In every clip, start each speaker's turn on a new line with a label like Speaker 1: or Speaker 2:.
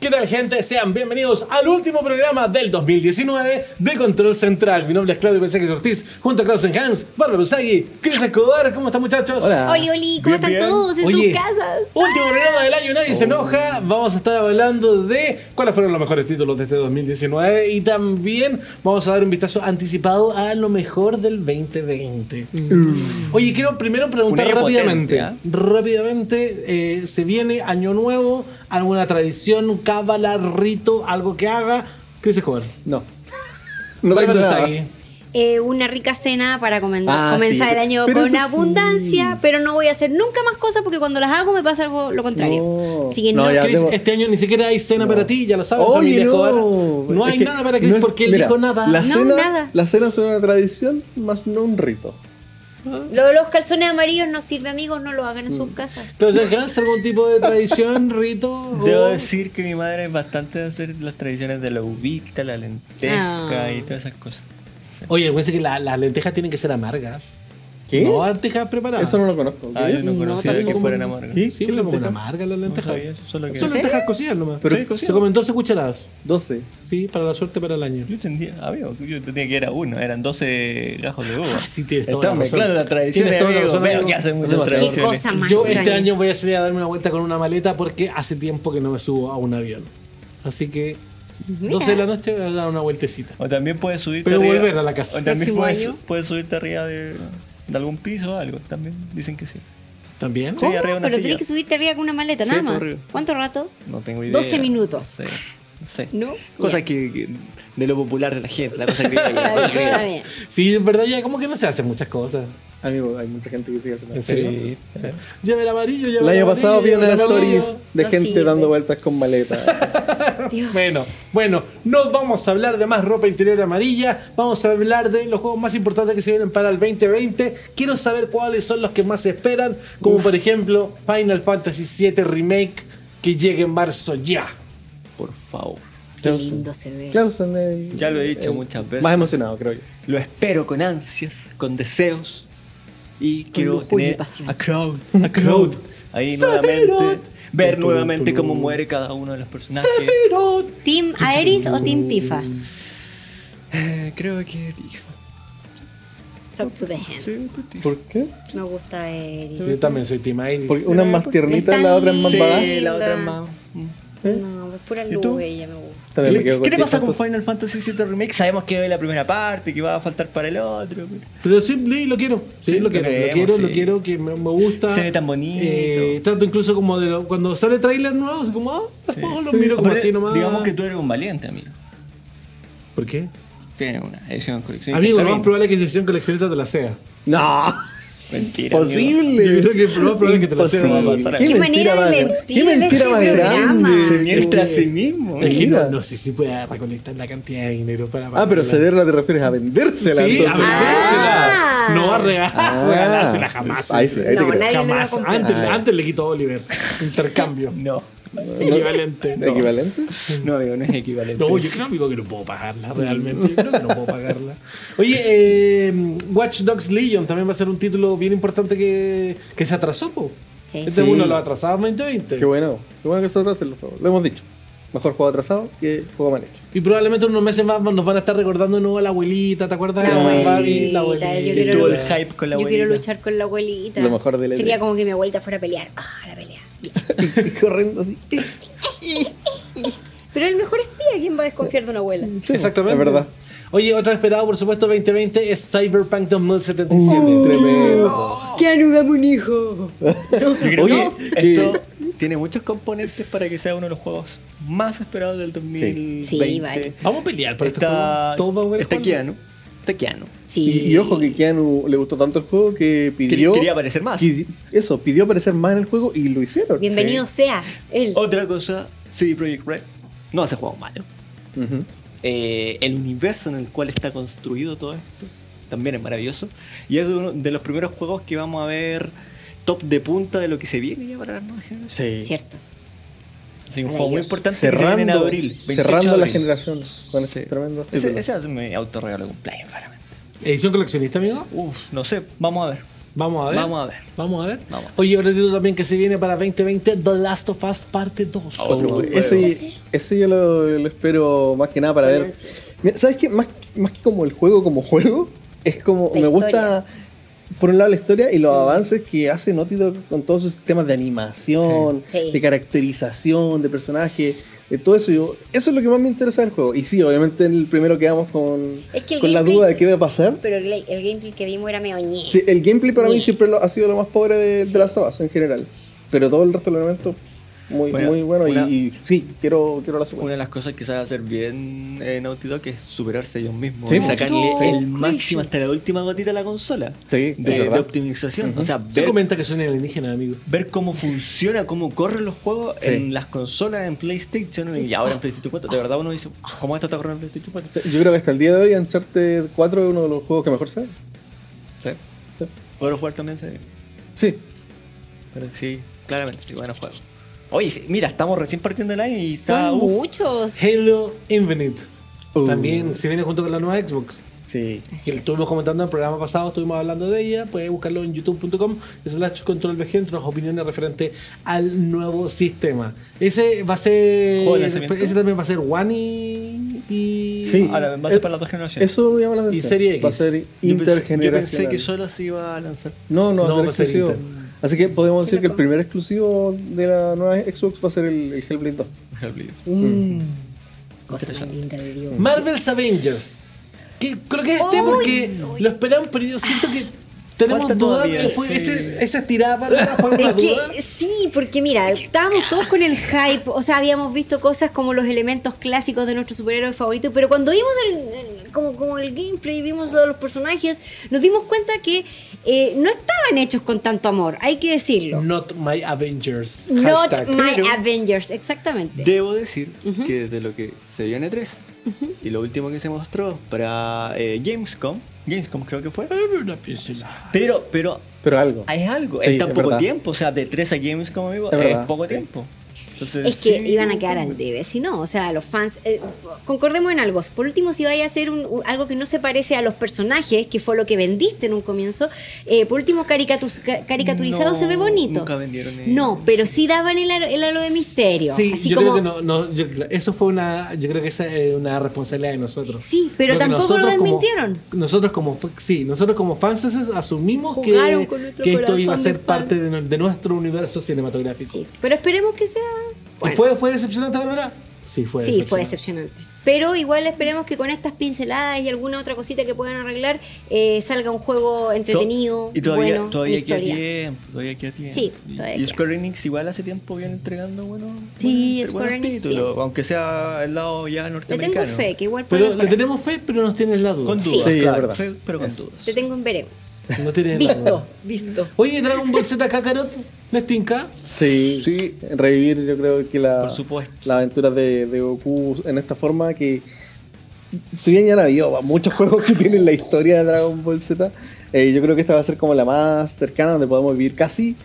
Speaker 1: ¿Qué tal gente? Sean bienvenidos al último programa del 2019 de Control Central. Mi nombre es Claudio Pesegues Ortiz, junto a Klaus Hans, Bárbara Usagi, Cris Escobar. ¿Cómo están muchachos?
Speaker 2: Hola.
Speaker 3: Oli, Oli,
Speaker 2: Bien,
Speaker 3: ¿cómo están
Speaker 2: bien. Oh.
Speaker 3: todos en
Speaker 1: Oye,
Speaker 3: sus casas?
Speaker 1: Último programa del año, nadie se enoja. Vamos a estar hablando de cuáles fueron los mejores títulos de este 2019 y también vamos a dar un vistazo anticipado a lo mejor del 2020.
Speaker 2: Mm.
Speaker 1: Oye, quiero primero preguntar
Speaker 2: Un año
Speaker 1: rápidamente.
Speaker 2: potente,
Speaker 1: Rápidamente, eh, se viene año nuevo, alguna tradición, cábala, rito, algo que haga. Chris Escobar.
Speaker 2: No. No
Speaker 1: Bárbara
Speaker 2: tengo nada.
Speaker 1: Usagi.
Speaker 3: Eh, una rica cena para comen-
Speaker 2: Ah,
Speaker 3: comenzar
Speaker 2: sí,
Speaker 3: el año
Speaker 2: pero
Speaker 3: con
Speaker 2: eso sí.
Speaker 3: abundancia, pero no voy a hacer nunca más cosas porque cuando las hago me pasa algo lo contrario.
Speaker 2: No.
Speaker 3: Así que
Speaker 2: No,
Speaker 3: no.
Speaker 2: ya.
Speaker 1: Chris,
Speaker 2: debo-
Speaker 1: este año ni siquiera hay cena para ti, ya lo sabes,
Speaker 2: Oye,
Speaker 1: familia Escobar.
Speaker 2: no.
Speaker 1: No hay
Speaker 2: Es que
Speaker 1: nada para Chris
Speaker 2: no es-
Speaker 1: porque él
Speaker 2: mira,
Speaker 1: dijo nada.
Speaker 2: La
Speaker 3: No,
Speaker 2: cena,
Speaker 3: nada.
Speaker 2: La cena es una tradición, más no un rito.
Speaker 3: Lo de los calzones amarillos no sirve, amigos, no lo hagan en sus casas.
Speaker 1: Entonces, ¿alcanza algún tipo de tradición, rito? o-
Speaker 4: Debo decir que mi madre es bastante de hacer las tradiciones de la uvita, la lenteja
Speaker 3: Ah.
Speaker 4: y todas esas cosas.
Speaker 1: Oye, acuérdense que la- las lentejas tienen que ser amargas.
Speaker 2: ¿Qué?
Speaker 1: No, lentejas preparadas.
Speaker 2: Eso no lo conozco. ¿qué
Speaker 4: Ah, yo
Speaker 2: es?
Speaker 4: no
Speaker 1: No,
Speaker 4: conocía
Speaker 1: también
Speaker 4: que
Speaker 1: como-
Speaker 4: fueran amargas.
Speaker 2: ¿Qué?
Speaker 1: Sí, pues son como
Speaker 2: lentejas?
Speaker 1: una amarga las
Speaker 4: No
Speaker 1: lentejas.
Speaker 4: sabía eso, solo que-
Speaker 1: Son
Speaker 3: ¿Sí?
Speaker 1: lentejas cocidas nomás.
Speaker 2: Pero-
Speaker 4: Sí, cocidas.
Speaker 1: Se comen 12 cucharadas.
Speaker 2: 12.
Speaker 1: Sí, para la suerte para el año.
Speaker 4: Yo entendía, había, yo entendía que era uno, eran 12 gajos de uva.
Speaker 1: Ah, sí, tienes toda
Speaker 4: Está
Speaker 1: la razón.
Speaker 4: mezclando las tradiciones,
Speaker 1: Tienes toda la
Speaker 4: amigo.
Speaker 1: razón,
Speaker 4: Veo
Speaker 1: amigo.
Speaker 4: que hacen muchas
Speaker 2: Demasiado.
Speaker 3: Qué
Speaker 4: tradiciones.
Speaker 3: cosa más
Speaker 1: Yo este
Speaker 3: extraña.
Speaker 1: año voy a salir a darme una vuelta con una maleta porque hace tiempo que no me subo a un avión. Así que 12 de la noche voy a dar una vueltecita.
Speaker 4: O también puedes subirte
Speaker 1: Pero
Speaker 4: arriba.
Speaker 1: volver a la casa.
Speaker 4: O también
Speaker 3: Próximo
Speaker 4: puedes,
Speaker 3: año.
Speaker 4: puedes subirte arriba de, de algún piso o algo. También dicen que sí.
Speaker 1: ¿También?
Speaker 4: Sí,
Speaker 3: ¿Cómo?
Speaker 4: arriba una
Speaker 3: Pero
Speaker 4: silla.
Speaker 3: tenés que subirte arriba con una maleta,
Speaker 4: Sí,
Speaker 3: nada
Speaker 4: por
Speaker 3: más.
Speaker 4: arriba.
Speaker 3: ¿Cuánto rato?
Speaker 4: No tengo idea.
Speaker 3: 12 minutos.
Speaker 4: No sé. No. sé.
Speaker 3: ¿No?
Speaker 4: Cosas
Speaker 3: Ya.
Speaker 4: que, que- de lo popular de la gente. La cosa que
Speaker 3: Está bien, está bien.
Speaker 1: Sí, en verdad ya como que no se hacen muchas cosas.
Speaker 2: Amigo, hay mucha gente que sigue haciendo
Speaker 1: ¿En
Speaker 2: eso.
Speaker 1: serio? Lleva el amarillo, lleva
Speaker 2: El año pasado vi
Speaker 1: amarillo,
Speaker 2: unas
Speaker 1: lleva el amarillo.
Speaker 2: stories de
Speaker 3: No
Speaker 2: gente
Speaker 3: sirve.
Speaker 2: dando vueltas con maleta.
Speaker 3: Dios.
Speaker 1: Bueno, bueno, no vamos a hablar de más ropa interior amarilla, vamos a hablar de los juegos más importantes que se vienen para el 2020. Quiero saber cuáles son los que más se esperan, como por ejemplo Final Fantasy VII Remake que llegue en marzo ya.
Speaker 4: Por favor.
Speaker 3: Qué lindo se ve.
Speaker 2: Clausen, eh,
Speaker 4: Ya lo he dicho
Speaker 2: eh,
Speaker 4: muchas veces.
Speaker 2: Más emocionado, creo yo.
Speaker 4: Lo espero con ansias, con deseos. Y quiero
Speaker 3: lujuria y
Speaker 4: tener
Speaker 3: pasión.
Speaker 4: a Cloud, a Cloud. Ahí nuevamente.
Speaker 1: Sephiroth.
Speaker 4: Ver nuevamente cómo muere cada uno de los personajes.
Speaker 1: Sephiroth.
Speaker 3: ¿Team Aeris o Team Tifa?
Speaker 4: Eh, creo que Tifa.
Speaker 3: Talk to the hand.
Speaker 4: Sí, pues, Tifa.
Speaker 2: ¿Por qué?
Speaker 3: Me gusta Aeris.
Speaker 1: Yo también soy Team Iris.
Speaker 2: Porque una es más tiernita,
Speaker 3: Están
Speaker 2: la otra es más
Speaker 3: Sí,
Speaker 2: badass.
Speaker 4: Sí, la otra es
Speaker 3: linda.
Speaker 4: más. mm.
Speaker 3: No, es pura
Speaker 4: ¿Y tú?
Speaker 3: luz, ella me gusta.
Speaker 4: ¿Qué
Speaker 2: También me quedo
Speaker 4: le, qué le
Speaker 2: Tifa,
Speaker 4: pasa con
Speaker 2: entonces.
Speaker 4: Final Fantasy VII Remake? Sabemos que es la primera parte, que va a faltar para el otro. pero-
Speaker 1: Pero sí, sí, lo quiero. Sí,
Speaker 4: Sí,
Speaker 1: lo
Speaker 4: lo
Speaker 1: quiero. lo
Speaker 4: queremos,
Speaker 1: quiero, lo
Speaker 4: sí.
Speaker 1: quiero, que me, me gusta.
Speaker 4: Se ve tan bonito.
Speaker 1: Eh, trato incluso como de lo- cuando sale trailer nuevo, así como, ah,
Speaker 4: Sí.
Speaker 1: lo
Speaker 4: Sí.
Speaker 1: miro como
Speaker 4: Aparte,
Speaker 1: así nomás.
Speaker 4: Digamos que tú eres un valiente, amigo.
Speaker 1: ¿Por qué?
Speaker 4: Tienes una edición de colección.
Speaker 1: Amigo,
Speaker 4: Está
Speaker 1: lo más
Speaker 4: bien.
Speaker 1: probable es que sesión coleccionista te la sea.
Speaker 2: No.
Speaker 4: Mentira. amigo.
Speaker 2: Posible.
Speaker 1: Yo creo que es más probable que te la
Speaker 2: Imposible.
Speaker 1: sea, va a pasar.
Speaker 2: Qué,
Speaker 3: Qué
Speaker 2: mentira
Speaker 3: manera
Speaker 2: más
Speaker 3: de
Speaker 2: grande.
Speaker 3: mentir
Speaker 2: Qué
Speaker 3: en
Speaker 2: mentira
Speaker 3: este
Speaker 2: más
Speaker 3: programa.
Speaker 4: Se
Speaker 2: grande.
Speaker 4: miente a sí mismo.
Speaker 1: Es que no,
Speaker 2: Mira.
Speaker 1: no sé si pueda recolectar la cantidad de dinero para.
Speaker 2: Ah, pero cederla te refieres a vendérsela.
Speaker 1: Sí, a
Speaker 2: entonces.
Speaker 1: vendérsela.
Speaker 3: Ah.
Speaker 1: No a regalar,
Speaker 2: Ah.
Speaker 1: regalársela jamás.
Speaker 2: Ahí sí, ahí te
Speaker 3: No,
Speaker 2: creo.
Speaker 3: nadie me va a
Speaker 1: jamás.
Speaker 3: comprar.
Speaker 1: Antes,
Speaker 2: Ah.
Speaker 1: antes le quito a Oliver. Intercambio.
Speaker 4: No.
Speaker 1: Equivalente. No.
Speaker 2: Ah. ¿Equivalente?
Speaker 4: No, amigo, no es equivalente.
Speaker 1: No, yo creo amigo, que no puedo
Speaker 2: Mm.
Speaker 1: pagarla, realmente. Yo creo que no puedo pagarla. Oye, eh, Watch Dogs Legion también va a ser un título bien importante que, que se atrasó, po.
Speaker 3: Sí.
Speaker 1: Este
Speaker 3: Sí.
Speaker 1: es uno de los atrasados 2020.
Speaker 2: Qué bueno. Qué bueno que se atrasen los juegos. Lo hemos dicho. Mejor juego atrasado que juego mal hecho.
Speaker 1: Y probablemente unos meses más nos van a estar recordando de nuevo a la abuelita, ¿te acuerdas?
Speaker 3: La
Speaker 1: de
Speaker 3: abuelita,
Speaker 1: Barbie?
Speaker 3: yo
Speaker 4: Que
Speaker 3: quiero-
Speaker 4: tuvo el hype con la
Speaker 3: Yo
Speaker 4: abuelita.
Speaker 3: quiero luchar con la abuelita.
Speaker 2: Lo mejor de la
Speaker 3: Sería
Speaker 2: idea.
Speaker 3: como que mi abuelita fuera a pelear. Ah, la pelea.
Speaker 2: Y corriendo así.
Speaker 3: Pero el mejor espía, ¿quién va a desconfiar de una abuela?
Speaker 2: Sí,
Speaker 1: Exactamente.
Speaker 2: Es verdad.
Speaker 1: Oye, otro esperado, por supuesto, 2020 es Cyberpunk 2077.
Speaker 4: Uh.
Speaker 3: Oh,
Speaker 2: Tremendo.
Speaker 3: ¡Que anudame un hijo!
Speaker 4: Yo creo
Speaker 2: Oye,
Speaker 4: que esto
Speaker 2: eh,
Speaker 4: tiene muchos componentes para que sea uno de los juegos más esperados del 2020.
Speaker 3: Sí, vale.
Speaker 1: Vamos a pelear por
Speaker 4: Está,
Speaker 1: este juego. Todo va a haber
Speaker 4: está
Speaker 1: juego.
Speaker 4: Keanu. Está Keanu.
Speaker 3: Sí.
Speaker 2: Y, y ojo que Keanu le gustó tanto el juego que pidió.
Speaker 4: quería aparecer más.
Speaker 2: pidi- eso, pidió aparecer más en el juego y lo hicieron.
Speaker 3: Bienvenido sea él.
Speaker 4: Otra cosa, CD Projekt Red no hace juegos malos.
Speaker 2: Ujú.
Speaker 4: Eh, el universo en el cual está construido todo esto también es maravilloso. Y es uno de los primeros juegos que vamos a ver top de punta de lo que se viene ya para la nueva generación.
Speaker 3: Cierto.
Speaker 4: Así que un juego muy importante que se viene
Speaker 2: Cerrando,
Speaker 4: en abril. 28
Speaker 2: cerrando
Speaker 4: de
Speaker 2: la
Speaker 4: abril.
Speaker 2: generación con ese tremendo título.
Speaker 4: Ese, ese es mi autorregalo de cumpleaños, claramente.
Speaker 1: ¿Edición coleccionista, amigo?
Speaker 4: Uf, no sé, vamos a ver.
Speaker 1: Vamos a ver.
Speaker 4: Vamos a ver.
Speaker 1: Vamos a ver.
Speaker 4: Vamos a ver.
Speaker 1: Oye, otro título también que se viene para 2020, The Last of Us Parte 2.
Speaker 4: Ah, Otro
Speaker 2: Oh,
Speaker 4: juego.
Speaker 2: ese, ese yo lo, lo espero más que nada para ver. Mira, ¿Sabes qué? Más, más que como el juego como juego, es como.
Speaker 3: La
Speaker 2: me gusta,
Speaker 3: historia. Mm.
Speaker 2: por un lado, la historia y los avances que hace Naughty Dog con todos sus temas de animación,
Speaker 3: Sí. Sí.
Speaker 2: de caracterización, de personaje, de todo eso. Yo, eso es lo que más me interesa del juego. Y sí, obviamente, en el primero quedamos con,
Speaker 3: Es que el
Speaker 2: con la
Speaker 3: gameplay-
Speaker 2: duda de qué va a pasar.
Speaker 3: Pero el, el gameplay que vimos era medio ñe.
Speaker 2: Sí, el gameplay para mí
Speaker 3: Sí.
Speaker 2: siempre lo- ha sido lo más pobre de, de las todas en general. Pero todo el resto del elemento, muy
Speaker 4: Bueno,
Speaker 2: bueno. Muy bueno
Speaker 4: una-
Speaker 2: y, y sí, quiero, quiero la
Speaker 4: Una
Speaker 2: segunda.
Speaker 4: de las cosas que sabe hacer bien eh, Naughty Dog es superarse ellos mismos
Speaker 2: Sí,
Speaker 4: y
Speaker 2: po.
Speaker 4: sacarle
Speaker 3: Sí.
Speaker 4: el máximo hasta la última gotita a la consola
Speaker 2: Sí,
Speaker 4: de,
Speaker 2: de
Speaker 4: de
Speaker 2: verdad.
Speaker 4: optimización. O sea,
Speaker 1: Se
Speaker 4: ver,
Speaker 1: comenta que son alienígenas, amigo.
Speaker 4: ver cómo funciona, cómo corren los juegos
Speaker 2: Sí.
Speaker 4: en las consolas, en PlayStation y ahora en PlayStation 4. De verdad uno dice, ¿cómo esto está corriendo en PlayStation 4?
Speaker 2: Sí, Yo creo que hasta el día de hoy Uncharted 4 es uno de los juegos que mejor sale.
Speaker 4: Sí.
Speaker 2: Sí.
Speaker 4: Bueno, jugar también se...
Speaker 2: Sí.
Speaker 4: Pero sí, claramente, sí, buenos juegos. Oye, sí, mira, estamos recién partiendo el año y
Speaker 3: Son
Speaker 4: está... Ah, uf,
Speaker 3: muchos.
Speaker 1: Halo Infinite.
Speaker 2: Uh.
Speaker 1: También se viene junto con la nueva Xbox.
Speaker 2: Sí.
Speaker 3: Así
Speaker 1: Que
Speaker 3: es.
Speaker 1: estuvimos comentando en el programa pasado, estuvimos hablando de ella. Puedes buscarlo en youtube.com slash control VG, entre las opiniones referente al nuevo sistema. Ese va a ser.
Speaker 4: ¿Juego de lanzamiento?
Speaker 1: Ese también va a ser One y. y-
Speaker 2: Sí.
Speaker 4: Ahora, va a ser
Speaker 2: Eh,
Speaker 4: para las dos generaciones.
Speaker 2: Eso me llama la atención.
Speaker 1: Y Serie X.
Speaker 2: Va a ser
Speaker 4: Yo pensé, yo
Speaker 2: intergeneracional.
Speaker 4: pensé que solo se iba a lanzar.
Speaker 2: No, no, va
Speaker 1: No,
Speaker 2: a ser exclusivo.
Speaker 1: inter-
Speaker 2: Así que podemos
Speaker 3: Qué
Speaker 2: decir que el
Speaker 3: loco.
Speaker 2: primer exclusivo de la nueva Xbox va a ser el, el Hellblade 2.
Speaker 3: Cosa más linda de Dios.
Speaker 1: Marvel's Avengers. Que creo que es este
Speaker 3: Uy,
Speaker 1: porque lo esperamos, pero yo siento que tenemos
Speaker 4: Falta
Speaker 1: duda
Speaker 4: todavía,
Speaker 1: que fue
Speaker 4: sí.
Speaker 1: ese- esa estirada para atrás fue una
Speaker 3: Es que-
Speaker 1: duda.
Speaker 3: sí, porque mira, estábamos todos con el hype, o sea, habíamos visto cosas como los elementos clásicos de nuestro superhéroe favorito, pero cuando vimos el, el- como, como el gameplay, vimos a los personajes, nos dimos cuenta que eh, no estaban hechos con tanto amor, hay que decirlo.
Speaker 1: Not my Avengers.
Speaker 3: Not
Speaker 1: hashtag.
Speaker 3: my
Speaker 1: Pero-
Speaker 3: Avengers, exactamente.
Speaker 4: Debo decir que desde lo que se vio en E3 y lo último que se mostró para eh, Gamescom, Gamescom creo que fue, pero, pero
Speaker 2: Pero algo.
Speaker 4: hay algo,
Speaker 2: Sí,
Speaker 4: es tan
Speaker 2: es
Speaker 4: poco
Speaker 2: verdad.
Speaker 4: tiempo, o sea, de 3 a Gamescom, amigo,
Speaker 2: Es
Speaker 4: es,
Speaker 2: verdad,
Speaker 4: poco
Speaker 2: sí.
Speaker 4: tiempo. Entonces,
Speaker 3: Es que
Speaker 4: sí,
Speaker 3: iban a quedar al debe, si no, o sea, los fans, eh, concordemos en algo, por último, si vaya a hacer un- un- algo que no se parece a los personajes, que fue lo que vendiste en un comienzo, eh, por último, caricatus- ca- caricaturizado
Speaker 4: No,
Speaker 3: se ve bonito.
Speaker 4: nunca vendieron eso.
Speaker 3: No, pero sí daban el, aro- el halo de misterio.
Speaker 1: Sí,
Speaker 3: así
Speaker 1: yo
Speaker 3: como,
Speaker 1: creo que no, no, yo- eso fue una, yo creo que esa es una responsabilidad de nosotros.
Speaker 3: Sí, pero
Speaker 1: Creo que
Speaker 3: tampoco lo
Speaker 1: nosotros como-
Speaker 3: desmintieron.
Speaker 1: nosotros como, fa- sí, nosotros como fans asumimos que,
Speaker 3: Jugaron con nuestro
Speaker 1: que esto
Speaker 3: corazón
Speaker 1: iba a
Speaker 3: de
Speaker 1: ser
Speaker 3: fans.
Speaker 1: parte de, no- de nuestro universo cinematográfico.
Speaker 3: Sí, pero esperemos que sea...
Speaker 1: ¿Y
Speaker 3: bueno,
Speaker 1: fue, fue decepcionante, verdad? Sí, fue
Speaker 3: sí, fue decepcionante. Pero igual esperemos que con estas pinceladas y alguna otra cosita que puedan arreglar, eh, salga un juego
Speaker 4: To-
Speaker 3: entretenido,
Speaker 4: Y todavía,
Speaker 3: bueno,
Speaker 4: todavía
Speaker 3: una
Speaker 4: queda
Speaker 3: historia.
Speaker 4: tiempo, todavía queda tiempo.
Speaker 3: Sí,
Speaker 4: Y-
Speaker 3: todavía
Speaker 4: y
Speaker 3: queda.
Speaker 4: Square Enix igual hace tiempo viene entregando buenos,
Speaker 3: Sí,
Speaker 4: buenos-
Speaker 3: Square
Speaker 4: buenos
Speaker 3: Enix
Speaker 4: títulos,
Speaker 3: bien.
Speaker 4: aunque sea el lado ya
Speaker 3: Le
Speaker 4: norteamericano.
Speaker 3: tengo fe, que igual puede
Speaker 1: Pero le
Speaker 3: mejorar.
Speaker 1: tenemos fe, pero nos tienes la duda.
Speaker 4: Con
Speaker 3: Sí.
Speaker 4: dudas,
Speaker 2: Sí, es
Speaker 4: claro,
Speaker 2: verdad.
Speaker 4: fe, pero con dudas.
Speaker 3: Te tengo en veremos.
Speaker 1: No tienes la
Speaker 3: Visto,
Speaker 1: duda.
Speaker 3: visto.
Speaker 1: Oye, Dragon Ball Z Kakarot, ¿les tinca?
Speaker 2: Sí.
Speaker 4: Sí.
Speaker 2: Revivir, yo creo que la,
Speaker 4: Por supuesto.
Speaker 2: la aventura de, de Goku en esta forma que. Si bien ya la vio, muchos juegos que tienen la historia de Dragon Ball Z, eh, yo creo que esta va a ser como la más cercana donde podemos vivir casi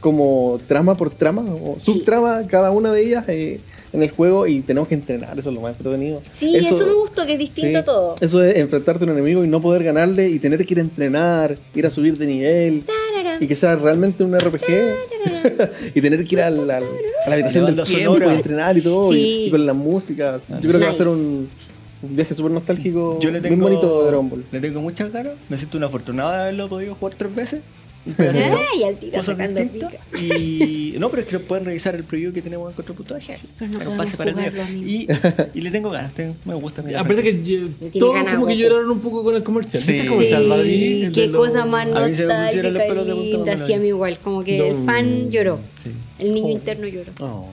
Speaker 2: como trama por trama o subtrama cada una de ellas eh, en el juego y tenemos que entrenar, eso es lo más entretenido.
Speaker 3: Sí, eso, me gustó, que es distinto
Speaker 2: Sí,
Speaker 3: a todo.
Speaker 2: Eso de enfrentarte a un enemigo y no poder ganarle y tener que ir a entrenar, ir a subir de nivel
Speaker 3: Tarara,
Speaker 2: y que sea realmente un RPG y tener que ir a la, a la habitación
Speaker 4: La
Speaker 2: del
Speaker 4: banda
Speaker 2: tiempo
Speaker 4: sonora.
Speaker 2: y entrenar y todo y-
Speaker 3: Sí.
Speaker 2: y, con la música. Yo creo que va a ser un, un viaje súper nostálgico,
Speaker 4: Yo le tengo,
Speaker 2: bien bonito de Dragon Ball.
Speaker 4: Le tengo muchas ganas. Me siento una afortunada de haberlo podido jugar tres veces. Un pedacito,
Speaker 3: Ay, al tiro
Speaker 4: cosas
Speaker 3: sacando
Speaker 4: distintas.
Speaker 3: pica.
Speaker 4: Y no, pero es que pueden revisar el preview que tenemos en Contrapuntaje.
Speaker 3: Sí, pero no
Speaker 4: Era un
Speaker 3: podemos
Speaker 4: pase para el
Speaker 3: jugarlo,
Speaker 4: mío. y, y le tengo ganas. tengo- me gusta. mirar
Speaker 1: Aparte
Speaker 4: franquicia.
Speaker 1: que yo-
Speaker 3: tiene
Speaker 1: todos
Speaker 3: ganas,
Speaker 1: como que
Speaker 3: Goku.
Speaker 1: lloraron un poco con el comercial.
Speaker 4: Sí.
Speaker 1: ¿Viste el comercial,
Speaker 4: Sí,
Speaker 1: Barbie? Pues El de
Speaker 3: qué
Speaker 1: los-
Speaker 3: cosa más
Speaker 4: A mí se me pusieron los
Speaker 3: nostálgica
Speaker 4: pelos de
Speaker 3: y
Speaker 4: punta
Speaker 3: linda,
Speaker 4: cuando lo
Speaker 3: sí,
Speaker 4: vi.
Speaker 3: a mí igual, como que el
Speaker 1: No.
Speaker 3: fan lloró.
Speaker 4: Sí.
Speaker 3: El niño
Speaker 4: Oh.
Speaker 3: interno lloró.
Speaker 1: Oh.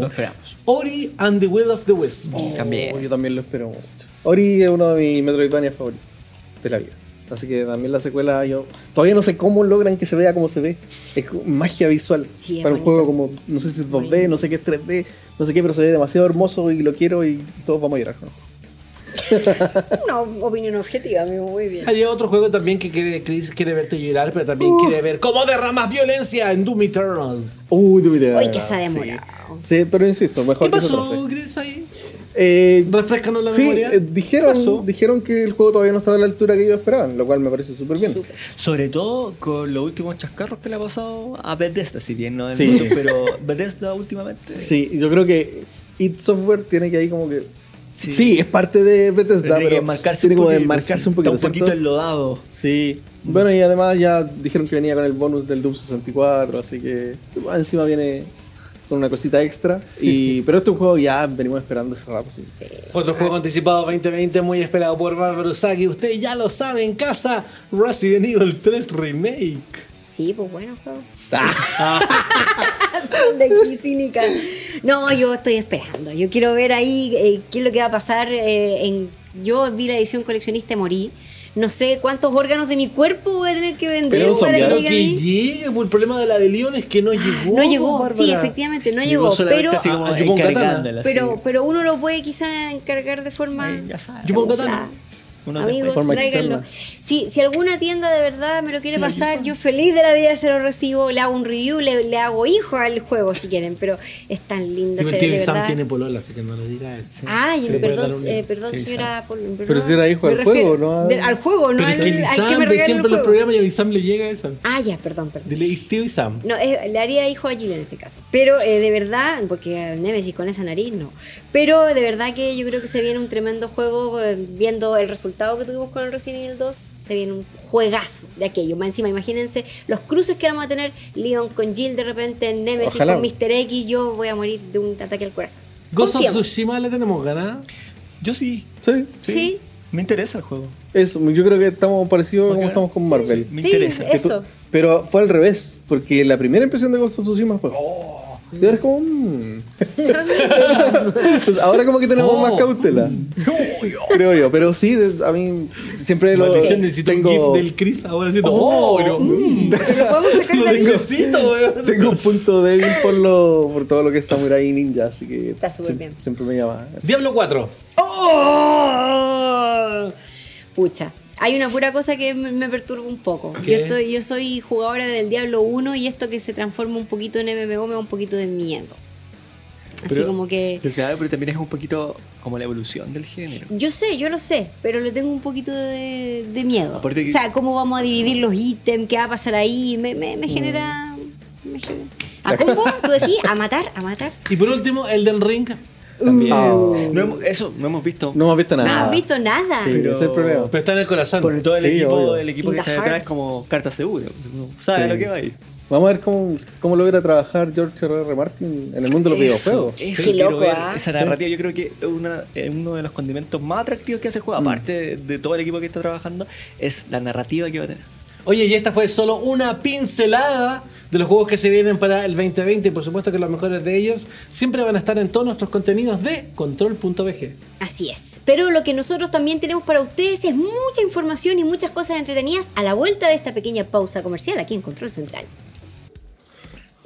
Speaker 4: Lo esperamos.
Speaker 1: Ori and the Will of the Wisps.
Speaker 4: También.
Speaker 2: Oh, yo también lo espero mucho. Ori es uno de mis Metroidvania favoritos de la vida. Así que también la secuela, yo todavía no sé cómo logran que se vea como se ve. Es como magia visual
Speaker 3: Sí, es
Speaker 2: para un
Speaker 3: bonito.
Speaker 2: juego como, no sé si es 2D, no sé qué es 3D, no sé qué, pero se ve demasiado hermoso y lo quiero y todos vamos a llorar. ¿no?
Speaker 3: Una opinión objetiva, amigo, muy bien.
Speaker 1: Hay otro juego también que quiere, que dice- quiere verte llorar, pero también quiere ver cómo derramas violencia en Doom Eternal.
Speaker 2: Uy, de verdad.
Speaker 3: Uy, que se ha demorado.
Speaker 2: Sí. Sí, pero insisto, mejor
Speaker 1: ¿Qué
Speaker 2: que se
Speaker 1: pasó,
Speaker 2: atrase.
Speaker 1: Chris, ahí?
Speaker 2: Eh,
Speaker 1: Refrescanos la
Speaker 2: sí,
Speaker 1: memoria.
Speaker 2: eh, dijeron,
Speaker 1: ¿Qué pasó?
Speaker 2: dijeron que el juego todavía no estaba a la altura que ellos esperaban, lo cual me parece súper bien.
Speaker 3: Súper.
Speaker 4: Sobre todo con los últimos chascarros que le ha pasado a Bethesda, si bien no es
Speaker 2: Sí.
Speaker 4: el mundo, pero Bethesda últimamente.
Speaker 2: Sí, yo creo que id Software tiene que ahí como que. Sí,
Speaker 4: Sí.
Speaker 2: es parte de Bethesda,
Speaker 4: Tiene que
Speaker 2: pero
Speaker 4: marcarse
Speaker 2: tiene
Speaker 4: un
Speaker 2: como
Speaker 4: poquito,
Speaker 2: desmarcarse un
Speaker 4: está
Speaker 2: poquito.
Speaker 4: un poquito
Speaker 2: ¿cierto?
Speaker 4: enlodado.
Speaker 2: Sí. Bueno, y además ya dijeron que venía con el bonus del Doom 64, así que ah, encima viene con una cosita extra. Y, pero este es un juego ya venimos esperando hace rato. Sí.
Speaker 1: Otro juego anticipado 2020 muy esperado por Barbaro Saki. Usted ya lo sabe en casa. Resident Evil 3 Remake.
Speaker 3: Sí, pues bueno, juego. De aquí cínica. No, yo estoy esperando. Yo quiero ver ahí eh, qué es lo que va a pasar. eh, en... Yo vi la edición coleccionista y morí. No sé cuántos órganos de mi cuerpo voy a tener que vender
Speaker 2: Pero
Speaker 3: para que
Speaker 2: zombiaron
Speaker 1: Claro
Speaker 3: llegue a
Speaker 1: que
Speaker 3: mí.
Speaker 1: llegue, pues, el problema de la de Leon es que no llegó.
Speaker 3: Ah,
Speaker 1: pues,
Speaker 3: No llegó, sí,
Speaker 1: Bárbara.
Speaker 3: efectivamente, no llegó.
Speaker 4: solamente
Speaker 3: Pero,
Speaker 4: así como
Speaker 1: Ah, Yupongatana.
Speaker 4: encargándola, así.
Speaker 3: pero, pero uno lo puede quizá encargar de forma.
Speaker 4: Ay, ya sabes.
Speaker 1: Yupongatana.
Speaker 4: Uno
Speaker 3: Amigos,
Speaker 4: después-
Speaker 2: Forma
Speaker 3: tráiganlo. Si, si alguna tienda de verdad me lo quiere pasar, yo feliz de la vida se lo recibo, le hago un review, le, le hago hijo al juego si quieren, pero es tan lindo
Speaker 1: Sí,
Speaker 3: se
Speaker 1: pero
Speaker 3: ve de
Speaker 1: el Sam
Speaker 3: verdad.
Speaker 1: tiene polola, así que no le diga eso.
Speaker 3: Ah,
Speaker 1: Se le puede dar
Speaker 3: perdón,
Speaker 1: un-
Speaker 3: eh, perdón
Speaker 1: Kevin Sam.
Speaker 3: señora. por-
Speaker 2: Pero si era hijo
Speaker 3: me
Speaker 2: al
Speaker 3: refiero-
Speaker 2: juego, no al-
Speaker 3: del- al juego, no
Speaker 1: Pero es
Speaker 3: al,
Speaker 1: que el
Speaker 3: al que
Speaker 1: Sam
Speaker 3: me
Speaker 1: ve
Speaker 3: regalen
Speaker 1: siempre
Speaker 3: el
Speaker 1: los
Speaker 3: juego.
Speaker 1: programas y el Sam le llega eso.
Speaker 3: Ah, ya, perdón, perdón.
Speaker 1: Dile "Y Steve y Sam.
Speaker 3: No, eh, le haría hijo a Jill en este caso. Pero eh, de verdad, porque a Nemesis con esa nariz no. Pero de verdad que yo creo que se viene un tremendo juego. eh, Viendo el resultado que tuvimos con el Resident Evil 2, se viene un juegazo de aquello. Más encima, imagínense los cruces que vamos a tener: Leon con Jill de repente, Nemesis
Speaker 2: Ojalá.
Speaker 3: con Mr. X. Yo voy a morir de un ataque al corazón.
Speaker 1: Ghost of
Speaker 3: Confiemos.
Speaker 1: Tsushima le tenemos ganada.
Speaker 4: Yo sí,
Speaker 2: Sí,
Speaker 4: sí.
Speaker 3: Sí.
Speaker 4: Me interesa el juego.
Speaker 2: eso, yo creo que estamos parecidos como
Speaker 4: Porque-
Speaker 2: estamos con Marvel.
Speaker 4: Me
Speaker 3: Sí,
Speaker 4: interesa.
Speaker 2: Que tú-
Speaker 3: Eso.
Speaker 2: Pero fue al revés, porque la primera impresión de Ghost of Tsushima fue. "Oh", Y ahora es como. "Mm". Entonces, ahora como que tenemos
Speaker 1: Oh.
Speaker 2: más cautela. creo yo, pero sí, des- a mí siempre lo.
Speaker 1: Maldición, necesito
Speaker 2: tengo-
Speaker 1: un GIF del Chris. Ahora siento. ¡Oh! yo, mm,
Speaker 3: Pero podemos sacar
Speaker 1: lo
Speaker 3: la lista.
Speaker 1: necesito, weón.
Speaker 2: Tengo un punto débil por lo por todo lo que es Samurai Ninja, así que
Speaker 3: Está súper
Speaker 2: siem-
Speaker 3: bien.
Speaker 2: siempre me llama.
Speaker 1: Diablo 4.
Speaker 3: Pucha. Hay una pura cosa que me me perturba un poco.
Speaker 1: ¿Qué?
Speaker 3: Yo, estoy, yo soy jugadora del Diablo 1 y esto que se transforma un poquito en MMO me da un poquito de miedo. Así
Speaker 4: Pero-
Speaker 3: como que...
Speaker 4: Pero claro, pero también es un poquito como la evolución del género.
Speaker 3: Yo sé, yo lo sé, pero le tengo un poquito de, de miedo.
Speaker 4: Aparte que-
Speaker 3: O sea, cómo vamos a dividir los ítems, qué va a pasar ahí, me, me-
Speaker 4: Mm.
Speaker 3: me genera... me genera- ¿A combo? ¿Tú decís? ¿A matar? ¿A matar? Uh.
Speaker 1: Y por último, Elden Ring.
Speaker 4: También.
Speaker 2: Oh.
Speaker 4: No hemos- eso no hemos visto.
Speaker 2: No hemos visto
Speaker 3: No
Speaker 2: Ah, nada.
Speaker 3: has visto nada.
Speaker 2: Sí, ese es el problema.
Speaker 1: Pero está en el corazón.
Speaker 4: Por todo el
Speaker 2: Sí,
Speaker 4: equipo,
Speaker 2: obvio.
Speaker 4: el equipo
Speaker 3: In
Speaker 4: que
Speaker 3: the
Speaker 4: está detrás
Speaker 3: heart.
Speaker 4: es como carta segura. ¿Sabes
Speaker 2: Sí.
Speaker 4: lo que va ahí?
Speaker 2: Vamos a ver cómo, cómo logra trabajar George R. Martin en el mundo de los videojuegos.
Speaker 4: Eso
Speaker 3: Qué
Speaker 4: quiero
Speaker 3: loco,
Speaker 4: ver.
Speaker 3: ¿ah?
Speaker 4: Esa narrativa yo creo que es una- es uno de los condimentos más atractivos que hace el juego,
Speaker 2: Mm.
Speaker 4: aparte de, de todo el equipo que está trabajando, es la narrativa que va a tener.
Speaker 1: Oye, y esta fue solo una pincelada de los juegos que se vienen para el 2020. Por supuesto que los mejores de ellos siempre van a estar en todos nuestros contenidos de control.bg.
Speaker 3: Así es. Pero lo que nosotros también tenemos para ustedes es mucha información y muchas cosas entretenidas a la vuelta de esta pequeña pausa comercial aquí en Control Central.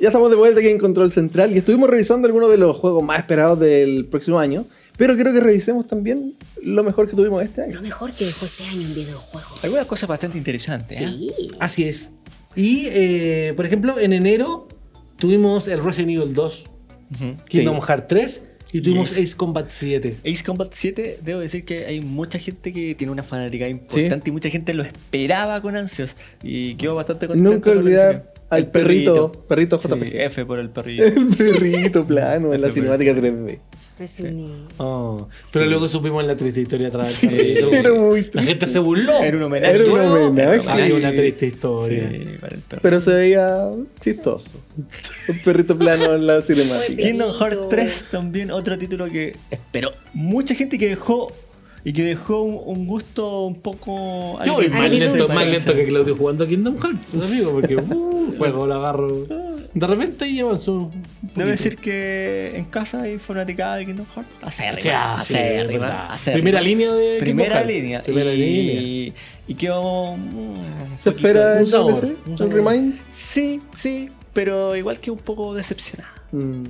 Speaker 2: Ya estamos de vuelta aquí en Control Central y estuvimos revisando algunos de los juegos más esperados del próximo año, pero creo que revisemos también lo mejor que tuvimos este año.
Speaker 3: Lo mejor que dejó este año en videojuegos.
Speaker 4: Algunas cosas bastante interesantes. ¿eh?
Speaker 3: Sí.
Speaker 1: Así es. Y, eh, por ejemplo, en enero tuvimos el Resident Evil 2,
Speaker 4: Ujú.
Speaker 1: Kingdom
Speaker 2: Sí.
Speaker 1: Hearts 3 y tuvimos
Speaker 4: Yes.
Speaker 1: Ace Combat 7.
Speaker 4: Ace Combat 7, debo decir que hay mucha gente que tiene una fanática importante y mucha gente lo esperaba con ansias. Y quedó bastante contento.
Speaker 2: Nunca
Speaker 4: con lo que
Speaker 2: olvidar
Speaker 4: se vio.
Speaker 2: al
Speaker 4: El perrito.
Speaker 2: perrito, perrito
Speaker 4: Sí,
Speaker 2: JP.
Speaker 4: F por el perrito.
Speaker 2: El perrito plano en la
Speaker 4: Este
Speaker 2: cinemática 3D.
Speaker 3: Es un- eh,
Speaker 1: Oh, pero luego supimos la triste historia tras
Speaker 2: Sí, era muy
Speaker 1: La gente
Speaker 2: triste.
Speaker 1: se burló.
Speaker 4: Era un homenaje.
Speaker 2: Era un
Speaker 1: Luego,
Speaker 2: homenaje.
Speaker 1: Hay una triste historia.
Speaker 4: Sí, para el perro.
Speaker 2: Pero se veía chistoso. Un perrito plano en la cinemática.
Speaker 4: Kingdom Hearts
Speaker 3: Perrito.
Speaker 4: 3 también otro título que esperó mucha gente que dejó y que dejó un, un gusto un poco
Speaker 1: Yo voy más
Speaker 3: Agridulce.
Speaker 1: lento, más lento que Claudio jugando a Kingdom Hearts, amigo, porque uh, juego lo agarro. De repente ahí avanzó. un poquito.
Speaker 4: Debo decir que en casa hay fanaticada de Kingdom Hearts.
Speaker 1: O sea,
Speaker 4: Acérrima,
Speaker 1: sí, ¿verdad?
Speaker 4: acérrima, acérrima.
Speaker 1: Primera línea de Kingdom
Speaker 4: Primera
Speaker 1: Hearts.
Speaker 4: línea.
Speaker 1: Primera
Speaker 4: y,
Speaker 1: línea.
Speaker 4: Y quedó. mm, un
Speaker 2: ¿Se
Speaker 4: poquito-
Speaker 2: espera
Speaker 1: Un
Speaker 2: el
Speaker 1: sabor,
Speaker 2: DLC?
Speaker 1: un
Speaker 2: ¿Un
Speaker 1: sabor.
Speaker 2: remind?
Speaker 4: Sí, sí, pero igual que un poco decepcionada.
Speaker 2: Mm.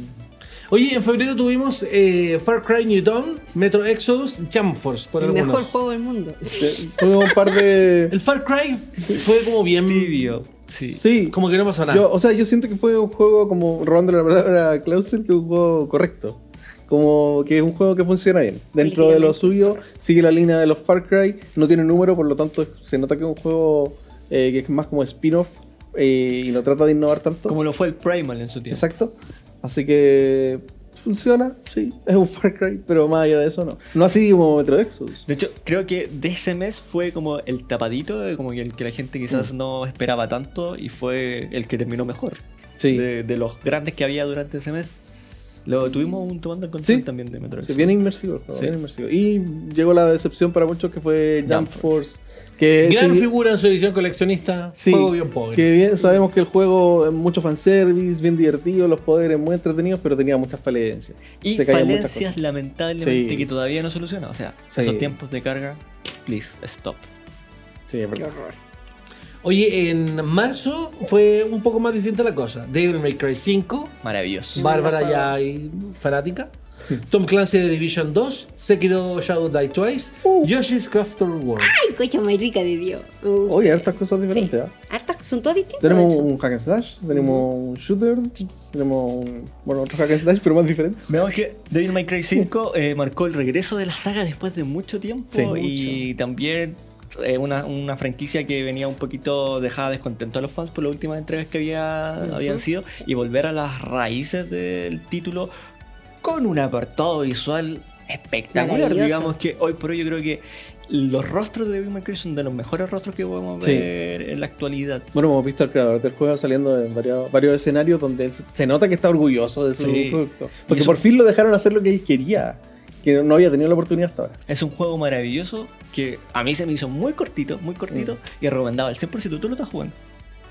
Speaker 1: Oye, en febrero tuvimos eh, Far Cry New Dawn, Metro Exodus, Jump Force, por
Speaker 3: El
Speaker 1: algunos.
Speaker 3: mejor juego del mundo.
Speaker 2: Sí, Tuvimos un par de.
Speaker 1: El Far Cry fue como bien
Speaker 4: Tibio, sí.
Speaker 2: Sí.
Speaker 1: Como que no pasó nada.
Speaker 2: Yo, o sea, yo siento que fue un juego como robando la palabra a Clausen, que un juego correcto. Como que es un juego que funciona bien. Dentro de lo suyo, sigue la línea de los Far Cry, no tiene número, por lo tanto se nota que es un juego eh, que es más como spin-off eh, y no trata de innovar tanto.
Speaker 4: Como lo fue el Primal en su tiempo.
Speaker 2: Exacto. Así que funciona, sí. Es un Far Cry, pero más allá de eso no. No así como Metro Exodus.
Speaker 4: De hecho, creo que de ese mes fue como el tapadito, eh, como que el que la gente
Speaker 2: Mm.
Speaker 4: quizás no esperaba tanto y fue el que terminó mejor.
Speaker 2: Sí.
Speaker 4: De, de los grandes que había durante ese mes. Lo tuvimos un tomando en control
Speaker 2: Sí.
Speaker 4: también de Metro
Speaker 2: Sí,
Speaker 4: Exodus.
Speaker 2: bien inmersivo, el juego,
Speaker 4: Sí.
Speaker 2: bien inmersivo. Y llegó la decepción para muchos que fue Jump
Speaker 4: Jump
Speaker 2: Force. Que
Speaker 1: Gran
Speaker 2: sí-
Speaker 1: figura en su edición coleccionista,
Speaker 2: Sí,
Speaker 1: juego bien pobre.
Speaker 2: que bien sabemos que el juego es mucho fanservice, bien divertido, los poderes muy entretenidos, pero tenía muchas falencias.
Speaker 4: Y
Speaker 2: Se caían muchas
Speaker 4: falencias
Speaker 2: cosas.
Speaker 4: lamentablemente
Speaker 2: Sí.
Speaker 4: que todavía no soluciona. O sea,
Speaker 2: Sí.
Speaker 4: esos tiempos de carga, please, stop.
Speaker 2: Sí, es verdad.
Speaker 1: Oye, en marzo fue un poco más distinta la cosa. Devil May Cry 5,
Speaker 4: Maravilloso.
Speaker 1: Bárbara
Speaker 3: no
Speaker 1: ya y fanática. Tom Clancy de Division 2, Sekiro Shadow Die Twice, Yoshi's Crafter World.
Speaker 3: Ay, cocha muy rica de Dios. Uh,
Speaker 2: Oye, hartas cosas
Speaker 3: sí.
Speaker 2: diferentes. ¿ah?
Speaker 3: Hartas, son todas distintas. de
Speaker 2: Tenemos
Speaker 3: hecho.
Speaker 2: un hack and slash, tenemos un shooter, tenemos un, bueno, otro hack and slash, pero más diferente.
Speaker 4: Veamos que Devil May Cry 5 eh, marcó el regreso de la saga después de mucho tiempo
Speaker 2: Sí,
Speaker 4: y también eh, una, una franquicia que venía un poquito dejada descontento a los fans por las últimas entregas que había, habían sido y volver a las raíces del título con un apartado visual espectacular.
Speaker 3: Maravilloso.
Speaker 4: Digamos que hoy por hoy yo creo que los rostros de Devil May Cry son de los mejores rostros que podemos
Speaker 2: Sí.
Speaker 4: ver en la actualidad.
Speaker 2: Bueno, hemos visto al creador del juego saliendo en varios, varios escenarios donde él se- se nota que está orgulloso de su
Speaker 4: Sí.
Speaker 2: producto.
Speaker 4: Y
Speaker 2: Porque
Speaker 4: eso-
Speaker 2: por fin lo dejaron hacer lo que él quería, que no había tenido la oportunidad hasta ahora.
Speaker 4: Es un juego maravilloso que a mí se me hizo muy cortito, muy cortito y recomendado al 100%. Tú lo estás jugando.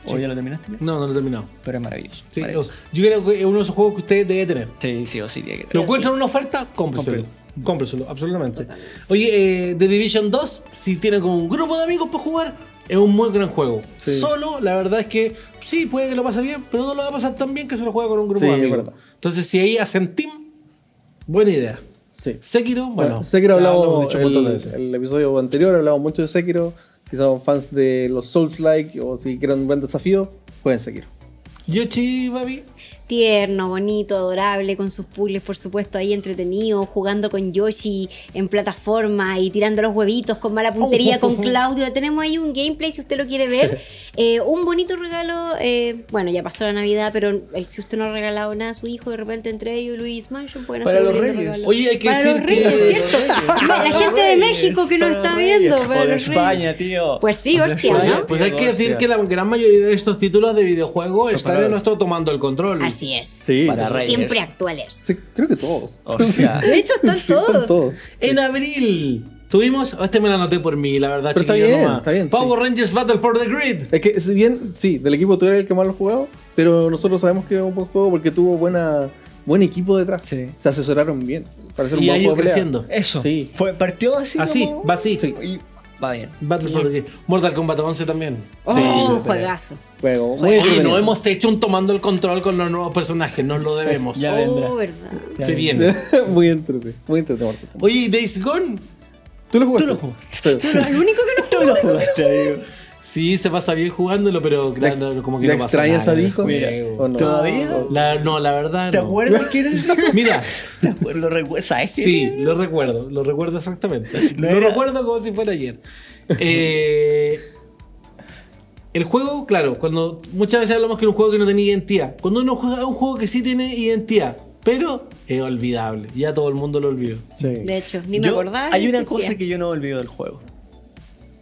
Speaker 4: O ya lo terminaste, ya?
Speaker 1: No, no lo he terminado.
Speaker 4: pero es maravilloso.
Speaker 1: Sí, yo,
Speaker 4: maravilloso.
Speaker 1: yo creo que es uno de esos juegos que ustedes deben tener.
Speaker 4: sí, sí, o sí, tiene que
Speaker 1: Si
Speaker 4: ser.
Speaker 1: lo encuentran en una oferta, cómpreselo. Cómpreselo, absolutamente. Oye, eh, The Division 2, si tienen como un grupo de amigos para jugar, es un muy gran juego.
Speaker 2: Sí.
Speaker 1: Solo, la verdad es que sí, puede que lo pase bien, pero no lo va a pasar tan bien que se lo juega con un grupo
Speaker 2: Sí,
Speaker 1: de
Speaker 2: es
Speaker 1: amigos.
Speaker 2: verdad.
Speaker 1: Entonces, si ahí hacen team, buena idea.
Speaker 2: Sí.
Speaker 1: Sekiro, bueno.
Speaker 2: Sekiro
Speaker 1: ya lo
Speaker 2: hablamos
Speaker 1: hemos dicho un montón de
Speaker 2: el,
Speaker 1: veces.
Speaker 2: el episodio anterior, hablamos mucho de Sekiro. Si son fans de los Souls like o si quieren un buen desafío, pueden Sekiro.
Speaker 1: Yoshi, Babi.
Speaker 3: Tierno, bonito, adorable, con sus puzzles, por supuesto, ahí entretenido, jugando con Yoshi en plataforma y tirando los huevitos con mala puntería
Speaker 1: Oh, oh,
Speaker 3: con
Speaker 1: oh.
Speaker 3: Claudio. Tenemos ahí un gameplay si usted lo quiere ver. Eh, un bonito regalo, eh, bueno, ya pasó la Navidad, pero el- si usted no ha regalado nada a su hijo, de repente entre ellos y Luis Mansion pueden
Speaker 4: Para
Speaker 3: hacer un
Speaker 4: los
Speaker 3: lindo
Speaker 4: reyes.
Speaker 3: regalo.
Speaker 1: Oye, hay que
Speaker 3: Para
Speaker 1: decir
Speaker 3: los reyes,
Speaker 1: que-
Speaker 3: ¿cierto? La gente de México que nos Ah, está viendo, para
Speaker 4: O de
Speaker 3: los reyes.
Speaker 4: España, tío.
Speaker 3: Pues sí,
Speaker 4: De
Speaker 3: hostia,
Speaker 1: Pues,
Speaker 4: España,
Speaker 3: ¿no?
Speaker 1: pues
Speaker 4: tío,
Speaker 1: hay que decir
Speaker 4: hostia.
Speaker 1: que la gran mayoría de estos títulos de videojuegos
Speaker 4: Son
Speaker 1: están en
Speaker 4: para-
Speaker 1: nuestro tomando el control.
Speaker 3: Así es.
Speaker 4: Para reyes.
Speaker 3: Siempre actuales.
Speaker 2: Sí, creo que todos.
Speaker 4: O sea,
Speaker 3: De hecho, están
Speaker 2: Sí,
Speaker 3: todos.
Speaker 2: están todos.
Speaker 1: En abril tuvimos. oh, Este me lo anoté por mí, la verdad,
Speaker 2: Pero está
Speaker 1: chiquillos,
Speaker 2: bien,
Speaker 1: nomás.
Speaker 2: está bien,
Speaker 1: Power
Speaker 2: sí.
Speaker 1: Rangers Battle for the Grid.
Speaker 2: Es que, si bien, sí, del equipo tú eres el que más lo ha jugado, pero nosotros sabemos que es un buen juego porque tuvo buena, buen equipo detrás.
Speaker 4: Sí.
Speaker 2: Se asesoraron bien para hacer un
Speaker 1: Y
Speaker 2: buen
Speaker 1: ha ido
Speaker 2: juego de pelea.
Speaker 1: creciendo.
Speaker 4: eso.
Speaker 2: Sí.
Speaker 4: Fue, partió así.
Speaker 1: Así,
Speaker 4: como-
Speaker 1: va así.
Speaker 2: Sí.
Speaker 4: Y va bien.
Speaker 1: Battle for the Grid. Mortal Kombat 11 también.
Speaker 3: Oh,
Speaker 2: Sí,
Speaker 3: un
Speaker 2: lo tenemos.
Speaker 3: juegazo.
Speaker 2: Juego muy
Speaker 1: Oye,
Speaker 2: entretenido.
Speaker 1: no hemos hecho un tomando el control con los nuevos personajes, nos lo debemos.
Speaker 4: Ya vendrá.
Speaker 3: Oh, verdad.
Speaker 4: Ya
Speaker 1: Se
Speaker 4: vendrá.
Speaker 1: viene.
Speaker 2: muy entretenido. Muy entretenido. Marco.
Speaker 1: Oye, ¿y Days Gone.
Speaker 2: ¿Tú lo jugaste?
Speaker 4: Tú lo jugaste.
Speaker 2: Sí.
Speaker 3: El único que no
Speaker 4: Tú lo jugaste, amigo.
Speaker 1: Sí, se pasa bien jugándolo, pero claro, como que
Speaker 2: ¿Le
Speaker 1: no pasa
Speaker 2: extrañas
Speaker 1: nada.
Speaker 2: a Disco?
Speaker 1: Mira,
Speaker 2: ¿O no?
Speaker 4: ¿Todavía?
Speaker 1: La- no, la verdad.
Speaker 4: ¿Te
Speaker 1: no.
Speaker 4: acuerdas quién es?
Speaker 1: Mira,
Speaker 4: ¿Te acuerdas? ¿Recuerdas? ¿Sabes quién
Speaker 1: Sí,
Speaker 4: es?
Speaker 1: lo recuerdo, lo recuerdo exactamente.
Speaker 4: No
Speaker 1: lo
Speaker 4: era-
Speaker 1: recuerdo como si fuera ayer. Eh, el juego, claro, cuando muchas veces hablamos que era un juego que no tenía identidad. Cuando uno juega a un juego que sí tiene identidad, pero es olvidable. Ya todo el mundo lo olvidó.
Speaker 2: Sí.
Speaker 3: De hecho, ni me
Speaker 4: Yo-
Speaker 3: acordaba.
Speaker 4: Hay
Speaker 3: que
Speaker 4: una
Speaker 3: existía.
Speaker 4: cosa que yo no olvido del juego.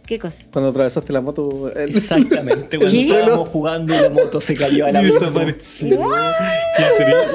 Speaker 3: ¿Qué cosa?
Speaker 2: Cuando atravesaste la moto. el-
Speaker 4: Exactamente, cuando
Speaker 3: ¿Qué?
Speaker 4: estábamos jugando y la moto se cayó a la
Speaker 1: Y
Speaker 4: moto.
Speaker 1: desapareció.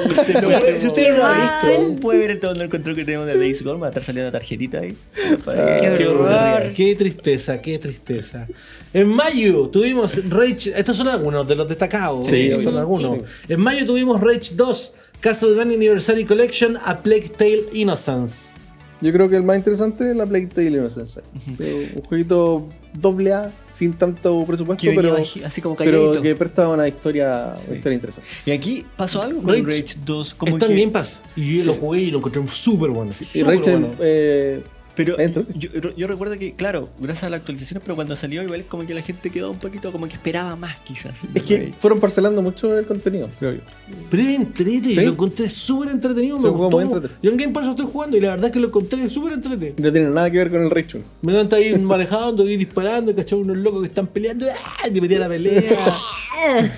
Speaker 4: Usted no puede- Si usted no lo ha
Speaker 3: Qué mal.
Speaker 4: visto, puede ver todo el control que tenemos de Days Gone. Va a estar saliendo una tarjetita ahí. Para que-
Speaker 3: Ah. Qué
Speaker 1: Qué
Speaker 3: horror.
Speaker 1: horror. Qué tristeza, qué tristeza. En mayo tuvimos Rage. Estos son algunos de los destacados.
Speaker 2: Sí,
Speaker 1: eh, son
Speaker 2: obvio.
Speaker 1: algunos.
Speaker 2: Sí.
Speaker 1: En mayo tuvimos Rage 2, Castlevania Anniversary Collection, A Plague Tale Innocence.
Speaker 2: Yo creo que el más interesante es la Plague Tale Innocence. Eh, Un jueguito doble A, sin tanto presupuesto,
Speaker 4: Que venía
Speaker 2: pero,
Speaker 4: baji- así como
Speaker 2: pero
Speaker 4: calladito.
Speaker 2: que presta una historia, una historia interesante.
Speaker 4: Y aquí pasó algo con
Speaker 1: Rage.
Speaker 4: Rage, 2. Como
Speaker 1: Está en
Speaker 4: que-
Speaker 1: Game Pass. Y yo lo jugué y lo encontré súper bueno.
Speaker 2: Y
Speaker 1: súper
Speaker 2: Rachel
Speaker 1: bueno.
Speaker 2: eh,
Speaker 4: Pero
Speaker 2: Dentro.
Speaker 4: yo, yo recuerdo que, claro, gracias a las actualizaciones, pero cuando salió igual es como que la gente quedó un poquito como que esperaba más quizás.
Speaker 2: Es que fueron parcelando mucho el contenido, creo yo.
Speaker 1: Pero es entrete,
Speaker 2: Sí.
Speaker 1: lo encontré súper entretenido. Me
Speaker 2: Sí, un juego
Speaker 1: gustó.
Speaker 2: muy entretenido.
Speaker 1: Yo en Game Pass lo estoy jugando y la verdad es que lo encontré súper entretenido.
Speaker 2: No tiene nada que ver con el Rachel.
Speaker 1: Me levanta ahí manejando, ahí disparando, cachaba unos locos que están peleando, ¡ah! y te metía la pelea.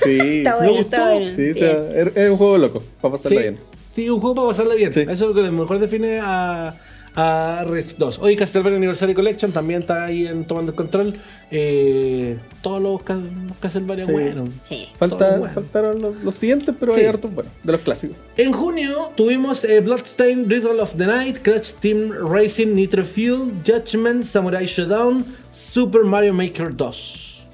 Speaker 2: Sí,
Speaker 3: Está
Speaker 1: ¿Me
Speaker 3: bueno,
Speaker 1: gustó?
Speaker 3: está Ah, bueno. eh.
Speaker 2: sí, o
Speaker 3: Bien.
Speaker 2: sea, es es un juego loco, para
Speaker 1: sí,
Speaker 2: pasarla bien.
Speaker 1: sí, un juego para pasarla bien.
Speaker 2: Sí.
Speaker 1: Eso es lo que a lo mejor define a, a Red 2. Hoy Castlevania Anniversary Collection también está ahí en Tomando el Control. Eh, todos los, Cas- los Castlevania
Speaker 2: Sí.
Speaker 1: buenos.
Speaker 3: Sí.
Speaker 1: Todo
Speaker 2: Falta,
Speaker 1: bueno.
Speaker 2: Faltaron los, los siguientes, pero
Speaker 1: Sí.
Speaker 2: hay hartos bueno, de los clásicos.
Speaker 1: En junio tuvimos eh, Bloodstained, Ritual of the Night, Crash Team Racing, Nitro Fuel, Judgment, Samurai Showdown, Super Mario Maker 2.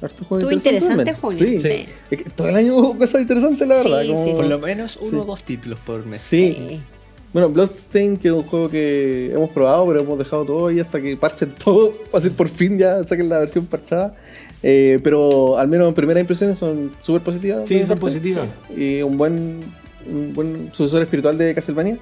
Speaker 2: Hartos juegos
Speaker 3: Estuvo
Speaker 2: interesantes
Speaker 3: interesante
Speaker 2: también. Sí.
Speaker 3: junio, sí.
Speaker 2: Es que todo el año hubo cosas interesantes, la
Speaker 3: Sí,
Speaker 2: verdad.
Speaker 3: sí,
Speaker 2: como-
Speaker 3: sí.
Speaker 4: Por lo menos uno
Speaker 2: Sí.
Speaker 4: o dos títulos por mes.
Speaker 2: Sí. Bueno, Bloodstained, que es un juego que hemos probado, pero hemos dejado todo y hasta que parchen todo, así por fin ya saquen la versión parchada. Eh, pero al menos en primeras impresiones son súper positivas.
Speaker 1: Sí,
Speaker 2: de mi
Speaker 1: son
Speaker 2: parte.
Speaker 1: positivas.
Speaker 2: Y un buen, un buen sucesor espiritual de Castlevania.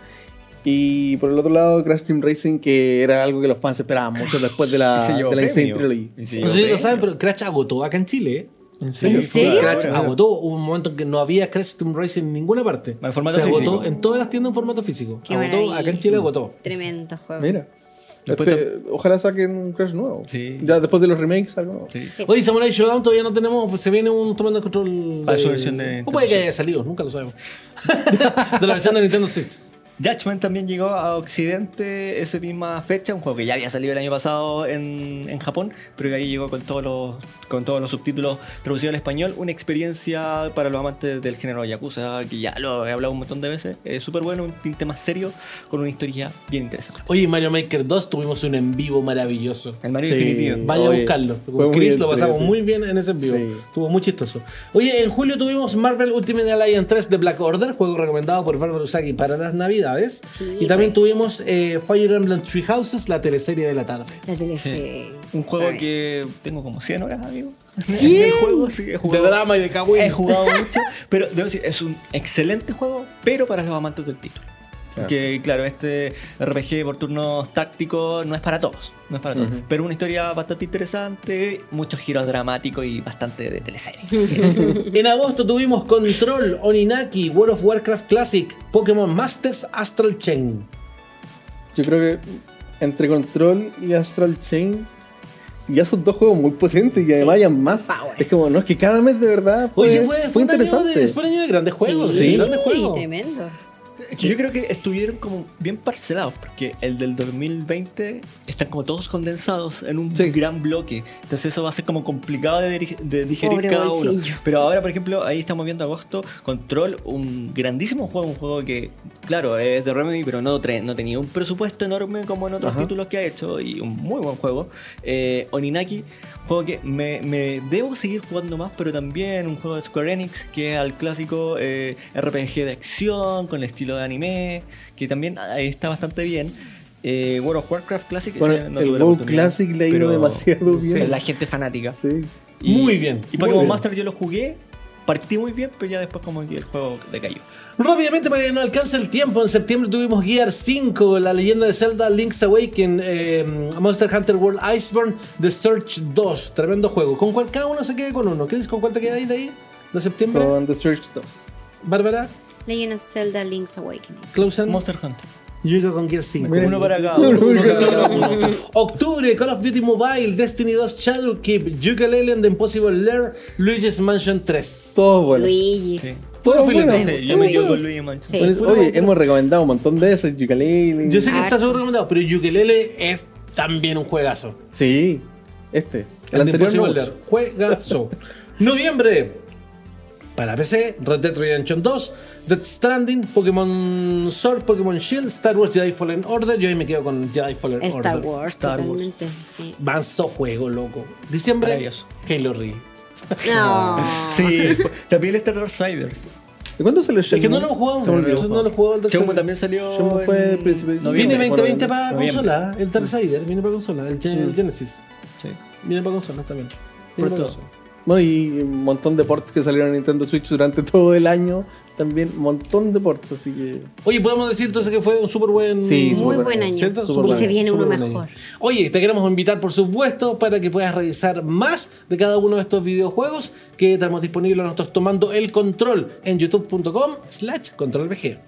Speaker 2: Y por el otro lado, Crash Team Racing, que era algo que los fans esperaban mucho después de la,
Speaker 4: Y se llevó
Speaker 2: de la Insane
Speaker 4: premio.
Speaker 2: Trilogy.
Speaker 4: Y se
Speaker 1: No
Speaker 4: llevó
Speaker 1: sé si lo
Speaker 4: premio.
Speaker 1: saben, pero Crash agotó acá en Chile. ¿eh?
Speaker 3: ¿En serio?
Speaker 1: Crash
Speaker 4: Ahora.
Speaker 1: agotó. Hubo un momento en que no había Crash Team Racing en ninguna parte.
Speaker 4: En formato
Speaker 1: Se agotó
Speaker 4: físico.
Speaker 1: en todas las tiendas en formato físico.
Speaker 3: Qué
Speaker 1: agotó,
Speaker 3: maravilla.
Speaker 1: acá en Chile agotó.
Speaker 3: Tremendo juego.
Speaker 2: Mira.
Speaker 4: Después
Speaker 2: Espe- Ojalá saquen un Crash nuevo.
Speaker 4: Sí.
Speaker 2: Ya después de los remakes, algo nuevo.
Speaker 4: Sí.
Speaker 3: Sí.
Speaker 1: Oye, Samurai Showdown todavía no tenemos, pues se viene un tomando el control.
Speaker 4: Para su Ah, versión de
Speaker 1: O puede que
Speaker 4: Nintendo
Speaker 1: haya salido, nunca lo sabemos. de la versión de Nintendo Switch.
Speaker 4: Judgment también llegó a Occidente esa misma fecha, un juego que ya había salido el año pasado en, en Japón, pero que ahí llegó con todos los con todos los subtítulos traducidos al español, una experiencia para los amantes del género Yakuza, que ya lo he hablado un montón de veces, es súper bueno, un tinte más serio, con una historia bien interesante.
Speaker 1: Oye, Mario Maker 2 tuvimos un en vivo maravilloso.
Speaker 4: El Mario
Speaker 2: Sí.
Speaker 4: Definitivo.
Speaker 1: Vaya a
Speaker 2: Oye,
Speaker 1: buscarlo.
Speaker 2: fue
Speaker 1: Con
Speaker 2: muy
Speaker 1: Chris lo
Speaker 2: entretenido.
Speaker 1: pasamos muy bien en ese en vivo.
Speaker 2: Sí.
Speaker 1: Estuvo muy chistoso. Oye, en julio tuvimos Marvel Ultimate Alliance 3 de Black Order, juego recomendado por Barbara Usagi para las navidades.
Speaker 3: Sí,
Speaker 1: y también
Speaker 3: bueno.
Speaker 1: tuvimos eh, Fire Emblem Three Houses, la teleserie de la tarde.
Speaker 3: La tele
Speaker 4: Sí.
Speaker 3: sí.
Speaker 4: Un juego
Speaker 3: Está bien.
Speaker 4: que tengo como 100 horas, amigo.
Speaker 3: ¿Cien?
Speaker 4: En el juego, sí, he jugado.
Speaker 1: De drama y de kawaii.
Speaker 4: He jugado mucho, pero debo decir, es un excelente juego, pero para los amantes del título. Porque, claro, este RPG por turnos tácticos no es para todos, no es para todos.
Speaker 2: Ujú.
Speaker 4: Pero una historia bastante interesante, muchos giros dramáticos y bastante de teleserie.
Speaker 1: En agosto tuvimos Control, Oninaki, World of Warcraft Classic, Pokémon Masters, Astral Chain.
Speaker 2: Yo creo que entre Control y Astral Chain ya son dos juegos muy potentes y además
Speaker 3: Sí.
Speaker 2: ya más.
Speaker 3: Power.
Speaker 2: Es como, no, es que cada mes de verdad fue,
Speaker 1: Oye, sí, fue,
Speaker 2: fue
Speaker 1: fue un año
Speaker 2: interesante.
Speaker 1: de- fue un año de grandes juegos.
Speaker 3: Sí,
Speaker 1: de grandes juegos.
Speaker 3: tremendo.
Speaker 4: Yo creo que estuvieron como bien parcelados, porque el del 2020 están como todos condensados en un gran bloque. Entonces eso va a ser como complicado de, diri- de digerir
Speaker 3: Pobre
Speaker 4: cada
Speaker 3: bolsillo.
Speaker 4: uno. Pero ahora, por ejemplo, ahí estamos viendo agosto, Control, un grandísimo juego, un juego que, claro, es de Remedy, pero no, tre- no tenía un presupuesto enorme como en otros
Speaker 2: Ajá.
Speaker 4: títulos que ha hecho, y un muy buen juego. Eh, Oninaki, juego que me, me debo seguir jugando más, pero también un juego de Square Enix, que es al clásico eh, RPG de acción, con el estilo de anime, que también ah, está bastante bien. Eh, World of Warcraft Classic, ese
Speaker 2: Bueno, el
Speaker 4: tuve la
Speaker 2: WoW
Speaker 4: oportunidad,
Speaker 2: Classic le ha ido
Speaker 4: pero-
Speaker 2: demasiado
Speaker 4: sí,
Speaker 2: bien.
Speaker 4: La gente es fanática.
Speaker 2: Sí.
Speaker 1: Muy bien, muy
Speaker 4: Y Pokémon
Speaker 1: bien.
Speaker 4: Master yo lo jugué, partí muy bien, pero ya después como que el juego decayó.
Speaker 1: Rápidamente para que no alcance el tiempo, en septiembre tuvimos Gear 5, La leyenda de Zelda, Link's Awakening, eh, Monster Hunter World Iceborne, The Search 2, tremendo juego. ¿Con cuál cada uno se quede con uno? ¿Qué dices? ¿Con cuál te quedáis de ahí? ¿De septiembre?
Speaker 2: Con The Search 2.
Speaker 1: ¿Bárbara?
Speaker 3: Legend of Zelda Link's Awakening.
Speaker 1: ¿Clausen?
Speaker 4: Monster Hunter.
Speaker 1: Yo digo con Gear 5.
Speaker 2: Mira.
Speaker 4: Uno para cada
Speaker 2: Uno
Speaker 4: uno.
Speaker 2: para cada
Speaker 1: Octubre, Call of Duty Mobile, Destiny 2, Shadow Keep, Yooka-Laylee and the Impossible Lair, Luigi's Mansion 3.
Speaker 2: Todos buenos.
Speaker 3: Luigi's.
Speaker 4: Sí.
Speaker 2: Todos
Speaker 1: Fue
Speaker 2: buenos.
Speaker 3: filete.
Speaker 4: Sí, yo me quedo con Luigi Mansion.
Speaker 3: Sí.
Speaker 2: Entonces,
Speaker 1: Fue
Speaker 2: oye,
Speaker 1: bueno.
Speaker 2: hemos recomendado un montón de esos. Yooka-Laylee.
Speaker 1: Yo sé que está
Speaker 3: Harto.
Speaker 1: súper recomendado, pero Yooka-Laylee es también un juegazo.
Speaker 2: Sí, este.
Speaker 1: El, de
Speaker 2: anterior no
Speaker 1: Impossible
Speaker 2: mucho.
Speaker 1: Lair, juegazo. Noviembre, para PC, Red Dead Redemption 2, Death Stranding, Pokémon Sword, Pokémon Shield, Star Wars Jedi Fallen Order. Yo ahí me quedo con Jedi Fallen Order.
Speaker 3: Star Wars,
Speaker 4: Star Wars.
Speaker 3: totalmente. Sí.
Speaker 1: Manso juego, loco. Diciembre,
Speaker 4: Maravilloso.
Speaker 1: Halo Reach.
Speaker 3: No.
Speaker 4: Sí, también está Darksiders.
Speaker 2: ¿Y cuándo salió Shenmue?
Speaker 1: Es que no lo hemos jugado,
Speaker 2: Se me olvidó.
Speaker 1: nosotros no lo jugamos. al
Speaker 4: Chemo
Speaker 1: tercer-
Speaker 4: también salió.
Speaker 2: Chemo fue
Speaker 4: en
Speaker 2: príncipe de-
Speaker 4: noviembre.
Speaker 1: Viene
Speaker 2: Noviembre,
Speaker 1: 2020
Speaker 2: por
Speaker 1: para
Speaker 4: noviembre.
Speaker 1: consola, el Darksider, viene para consola, el, Gen- el Genesis,
Speaker 4: Sí.
Speaker 1: viene para consola también. Viene
Speaker 4: Por
Speaker 1: para
Speaker 4: todo.
Speaker 1: consola.
Speaker 2: Bueno, y un montón de ports que salieron en Nintendo Switch durante todo el año. también un montón de ports, así que.
Speaker 1: Oye, podemos decir entonces que fue un súper buen.
Speaker 2: Sí,
Speaker 3: Muy
Speaker 2: Súper
Speaker 3: buen
Speaker 2: bueno,
Speaker 3: año.
Speaker 1: ¿Cierto? Súper
Speaker 3: Y
Speaker 1: bueno,
Speaker 3: se viene
Speaker 1: súper
Speaker 3: uno
Speaker 1: bueno.
Speaker 3: mejor.
Speaker 1: Oye, te queremos invitar, por supuesto, para que puedas revisar más de cada uno de estos videojuegos que tenemos disponibles nosotros tomando el control en youtube.com/slash controlbg.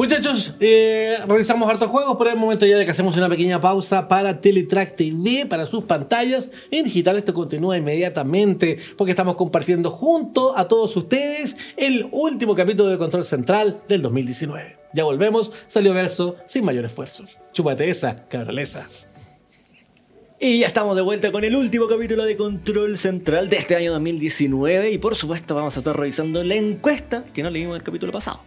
Speaker 1: Muchachos, eh, revisamos hartos juegos, pero es el momento ya de que hacemos una pequeña pausa para Teletrack TV, para sus pantallas. En digital esto continúa inmediatamente, porque estamos compartiendo junto a todos ustedes el último capítulo de Control Central del 2019. Ya volvemos, salió verso sin mayor esfuerzo. Chúpate esa, cabraleza.
Speaker 4: Y ya estamos de vuelta con el último capítulo de Control Central de este año 2019 y por supuesto vamos a estar revisando la encuesta que no leímos en el capítulo pasado.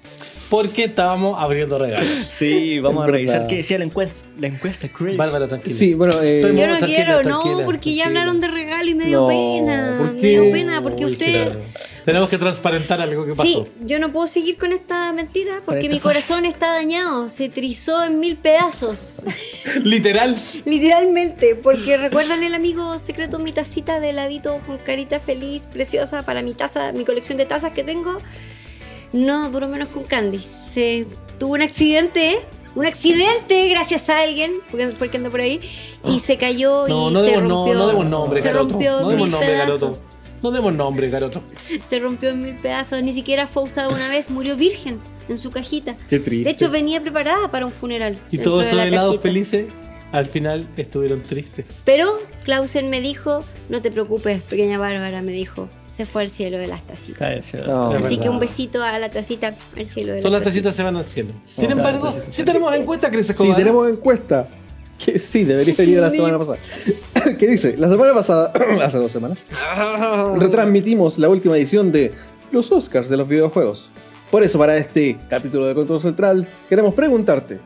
Speaker 1: Porque estábamos abriendo regalos.
Speaker 4: Sí, vamos a
Speaker 2: Es
Speaker 4: revisar
Speaker 2: verdad.
Speaker 4: qué decía la encuesta. La encuesta, Chris.
Speaker 1: Bárbara, tranquila.
Speaker 2: Sí, bueno, eh,
Speaker 1: Pero-
Speaker 3: Yo
Speaker 1: No,
Speaker 3: no
Speaker 1: tranquila,
Speaker 3: quiero,
Speaker 1: tranquila,
Speaker 3: no, porque ya
Speaker 1: tranquila.
Speaker 3: hablaron de regalo y me dio
Speaker 2: No,
Speaker 3: pena.
Speaker 2: ¿por
Speaker 3: Me
Speaker 2: qué?
Speaker 3: dio pena porque
Speaker 1: Uy,
Speaker 3: usted.
Speaker 1: Gerardo. Tenemos que transparentar algo que pasó.
Speaker 3: Sí, yo no puedo seguir con esta mentira porque mi corazón está dañado, se trizó en mil pedazos.
Speaker 1: Literal.
Speaker 3: Literalmente, porque recuerdan el amigo secreto, mi tacita de heladito con carita feliz, preciosa, para mi taza, mi colección de tazas que tengo. No, duró menos con Candy. Se tuvo un accidente, ¿eh? un accidente gracias a alguien, porque, porque anda por ahí, y se cayó
Speaker 1: Ah. No,
Speaker 3: y
Speaker 1: no
Speaker 3: se
Speaker 1: demos, no,
Speaker 3: rompió.
Speaker 1: no demos nombre,
Speaker 3: se
Speaker 1: Garoto.
Speaker 3: rompió en
Speaker 1: no demos
Speaker 3: mil
Speaker 1: nombre, Garoto.
Speaker 3: pedazos.
Speaker 1: No demos nombre, Garoto.
Speaker 3: Se rompió en mil pedazos, ni siquiera fue usada una vez, murió virgen en su cajita.
Speaker 2: Qué triste.
Speaker 3: De hecho, venía preparada para un funeral.
Speaker 1: Y
Speaker 3: dentro
Speaker 1: todos
Speaker 3: de
Speaker 1: esos
Speaker 3: la
Speaker 1: helados
Speaker 3: cajita.
Speaker 1: felices al final estuvieron tristes.
Speaker 3: Pero Clausen me dijo, no te preocupes, pequeña Bárbara, me dijo, se fue al cielo de las tacitas.
Speaker 4: Ah, ese-
Speaker 2: No,
Speaker 1: Es
Speaker 3: Así
Speaker 1: verdad.
Speaker 3: que un besito a la tacita, al cielo de
Speaker 1: Todas
Speaker 3: las
Speaker 1: las tacitas se van al cielo. Sin
Speaker 2: Ojalá,
Speaker 1: embargo,
Speaker 2: tacitas.
Speaker 1: si tenemos encuesta, Cris
Speaker 2: Si
Speaker 1: Escobar.
Speaker 2: tenemos encuesta. Que sí, debería haber ido la semana pasada. ¿Qué dice? La semana pasada, hace dos semanas, retransmitimos la última edición de los Oscars de los videojuegos. Por eso, para este capítulo de Control Central, queremos preguntarte: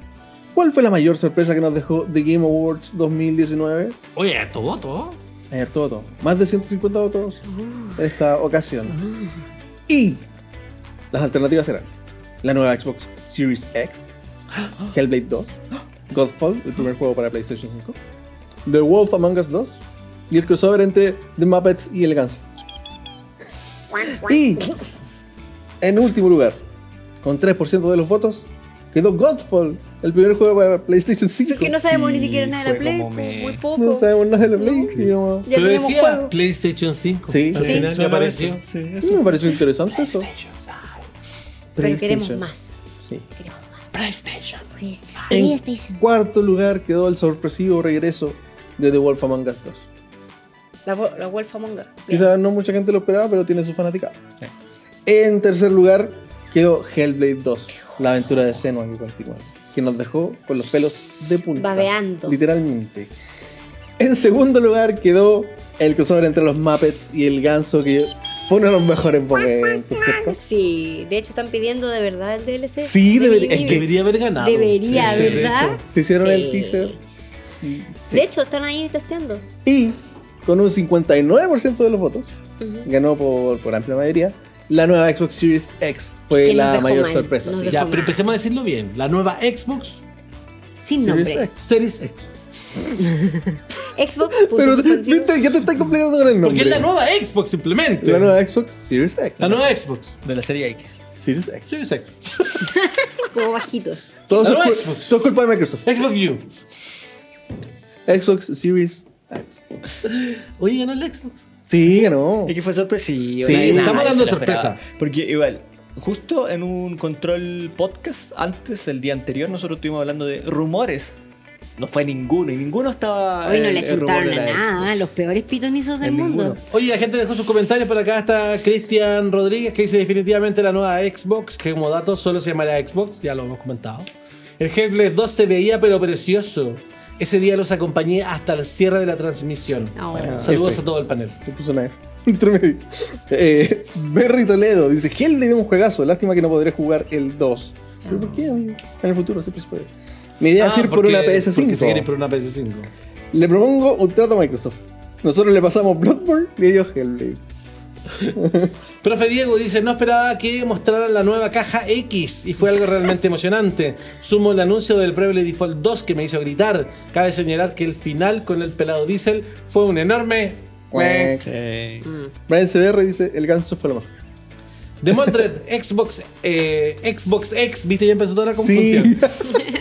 Speaker 2: ¿Cuál fue la mayor sorpresa que nos dejó The Game Awards 2019?
Speaker 1: Oye, todo, todo.
Speaker 2: Ayer Eh, todo, todo. Más de 150 votos en esta ocasión. Y las alternativas eran la nueva Xbox Series X, Hellblade 2, Godfall, el primer juego para PlayStation 5, The Wolf Among Us 2 y el crossover entre The Muppets y El Ganso. Y en último lugar, con 3% de los votos, quedó Godfall, el primer juego para PlayStation 5.
Speaker 3: Porque no sabemos ni
Speaker 4: Sí,
Speaker 3: siquiera nada de la
Speaker 4: fue
Speaker 3: Play,
Speaker 4: como me-
Speaker 3: muy poco.
Speaker 2: No sabemos nada de la Play. y como-
Speaker 3: Ya
Speaker 1: Pero
Speaker 3: tenemos
Speaker 1: decía
Speaker 3: juego.
Speaker 1: PlayStation 5.
Speaker 2: Sí,
Speaker 1: al
Speaker 2: sí,
Speaker 1: final
Speaker 4: sí,
Speaker 1: me apareció.
Speaker 4: Sí,
Speaker 2: Sí,
Speaker 4: eso.
Speaker 2: me pareció interesante eso.
Speaker 3: Pero queremos
Speaker 2: PlayStation.
Speaker 3: más.
Speaker 2: Sí.
Speaker 3: Queremos más.
Speaker 1: PlayStation.
Speaker 2: En
Speaker 3: PlayStation.
Speaker 2: cuarto lugar quedó el sorpresivo regreso de The Wolf Among Us 2.
Speaker 3: La, vo- la Wolf Among Us. Bien.
Speaker 2: Quizás no mucha gente lo esperaba, pero tiene su fanática.
Speaker 4: Sí.
Speaker 2: En tercer lugar quedó Hellblade 2, la aventura de Senua que continúa, que nos dejó con los pelos de punta.
Speaker 3: Babeando.
Speaker 2: Literalmente. En segundo lugar quedó el crossover entre los Muppets y el ganso, que fue uno de los mejores momentos, ¿cierto?
Speaker 3: Sí, de hecho están pidiendo de verdad el DLC.
Speaker 2: Sí,
Speaker 3: De
Speaker 2: debería-
Speaker 3: Billy
Speaker 2: es que
Speaker 3: Billy.
Speaker 1: Debería haber ganado.
Speaker 3: Debería,
Speaker 1: Sí, de
Speaker 3: ¿verdad?
Speaker 1: hecho.
Speaker 2: Se hicieron el
Speaker 3: Sí.
Speaker 2: teaser. y- sí.
Speaker 3: De hecho, están ahí testeando.
Speaker 2: Y con un 59% de los votos,
Speaker 3: Ujú.
Speaker 2: ganó por, por amplia mayoría, la nueva Xbox Series X
Speaker 3: Es
Speaker 2: fue
Speaker 3: que nos
Speaker 2: la
Speaker 3: dejó
Speaker 2: mayor
Speaker 3: mal,
Speaker 2: sorpresa.
Speaker 3: nos
Speaker 2: sí.
Speaker 3: dejó-
Speaker 1: Ya, pero empecemos a decirlo bien. La nueva Xbox
Speaker 3: Sin
Speaker 2: Series
Speaker 3: nombre.
Speaker 2: X.
Speaker 1: Series X.
Speaker 3: Xbox. punto
Speaker 2: Pero
Speaker 3: suspensivo.
Speaker 2: viste, ya te estás complicando con el nombre.
Speaker 1: Porque es la nueva Xbox simplemente.
Speaker 2: La nueva Xbox Series X.
Speaker 1: La nueva Xbox.
Speaker 4: De la serie X.
Speaker 2: Series X.
Speaker 1: Series X.
Speaker 3: Como bajitos.
Speaker 2: Todo,
Speaker 1: La
Speaker 2: eso
Speaker 1: nueva
Speaker 2: es cu-
Speaker 1: Xbox.
Speaker 2: todo es culpa de Microsoft.
Speaker 1: Xbox U.
Speaker 2: Xbox Series X.
Speaker 1: Oye, ganó el Xbox.
Speaker 2: Sí, ganó.
Speaker 4: Es que fue sorpresivo.
Speaker 2: Sí,
Speaker 4: nadie-
Speaker 2: estamos
Speaker 4: nadie
Speaker 1: hablando
Speaker 4: se lo
Speaker 1: de sorpresa.
Speaker 4: esperaba. Porque igual, justo en un control podcast, antes, el día anterior, nosotros estuvimos hablando de rumores. No fue ninguno, y ninguno estaba.
Speaker 3: Hoy no
Speaker 4: el-
Speaker 3: le
Speaker 4: Ah, el rumor
Speaker 3: chuntaron
Speaker 4: de
Speaker 3: a
Speaker 4: la
Speaker 3: nada,
Speaker 4: Xbox.
Speaker 3: los peores pitonizos del
Speaker 4: En
Speaker 3: mundo.
Speaker 4: ninguno.
Speaker 1: Oye, la gente dejó sus comentarios por acá. Está Cristian Rodríguez que dice definitivamente la nueva Xbox, que como dato solo se llamará Xbox, ya lo hemos comentado. El Headless 2 se veía pero precioso. Ese día los acompañé hasta el cierre de la transmisión.
Speaker 3: Ahora.
Speaker 1: Saludos
Speaker 2: F.
Speaker 1: a todo el panel.
Speaker 2: Me puso una F. Entre medio. Eh, Berry Toledo dice: Hell le dio un juegazo. Lástima que no podré jugar el 2. ¿Pero por qué? amigo? En el futuro siempre se puede. Mi idea es
Speaker 1: Ah,
Speaker 2: ir por
Speaker 1: porque-
Speaker 2: una
Speaker 1: porque se quiere
Speaker 2: PS5.
Speaker 1: ir por una PS5.
Speaker 2: Le propongo un trato a Microsoft. Nosotros le pasamos Bloodborne y ellos Hellblade.
Speaker 1: Profe Diego dice, no esperaba que mostraran la nueva caja X y fue algo realmente emocionante. Sumo el anuncio del Bravely Default 2 que me hizo gritar. Cabe señalar que el final con el pelado Diesel fue un enorme...
Speaker 2: Cuac.
Speaker 4: Sí.
Speaker 2: Brian CBR dice: El ganso fue lo más.
Speaker 1: The Mordred, Xbox, eh, Xbox X, viste, ya empezó toda la confusión.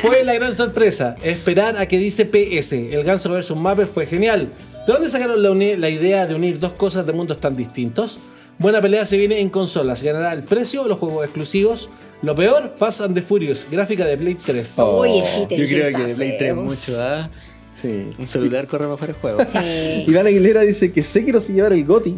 Speaker 1: Fue la gran sorpresa, esperar a que dice PS. El Ganso vs. Mapper fue genial. ¿De dónde sacaron la, uni- la idea de unir dos cosas de mundos tan distintos? Buena pelea se viene en consolas, ganará el precio, los juegos exclusivos. Lo peor, Fast and the Furious, gráfica de Play 3.
Speaker 2: Oh,
Speaker 3: Oye, sí, te
Speaker 4: Yo
Speaker 3: dije,
Speaker 4: creo
Speaker 3: está
Speaker 4: que de Play 3
Speaker 3: feo.
Speaker 4: mucho, ¿ah?
Speaker 2: Sí.
Speaker 4: Un celular corre mejor el juego.
Speaker 3: Sí.
Speaker 2: Iván Aguilera dice que sé que no se llevara el GOTI.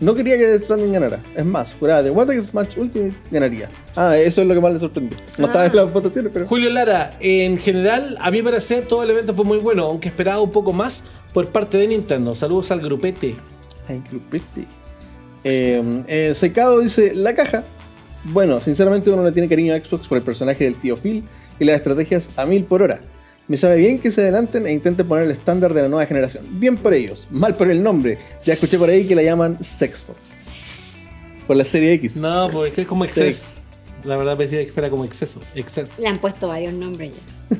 Speaker 2: No quería que Death Stranding ganara. Es más, juraba de What If Smash Ultimate ganaría. Ah, eso es lo que más le sorprendió. No estaba en las votaciones, pero.
Speaker 1: Julio Lara, en general, a mi parecer todo el evento fue muy bueno, aunque esperaba un poco más por parte de Nintendo. Saludos al grupete.
Speaker 2: Ay, qué peste. Eh, eh, Secado dice: La caja. Bueno, sinceramente uno le tiene cariño a Xbox por el personaje del tío Phil y las estrategias a mil por hora. Me sabe bien que se adelanten e intenten poner el estándar de la nueva generación. Bien por ellos, mal por el nombre. Ya escuché por ahí que la llaman Sexbox. Por la serie X.
Speaker 1: No, porque es como
Speaker 2: Sí.
Speaker 1: exceso. La verdad pensé que fuera como exceso. Exceso.
Speaker 3: Le han puesto varios nombres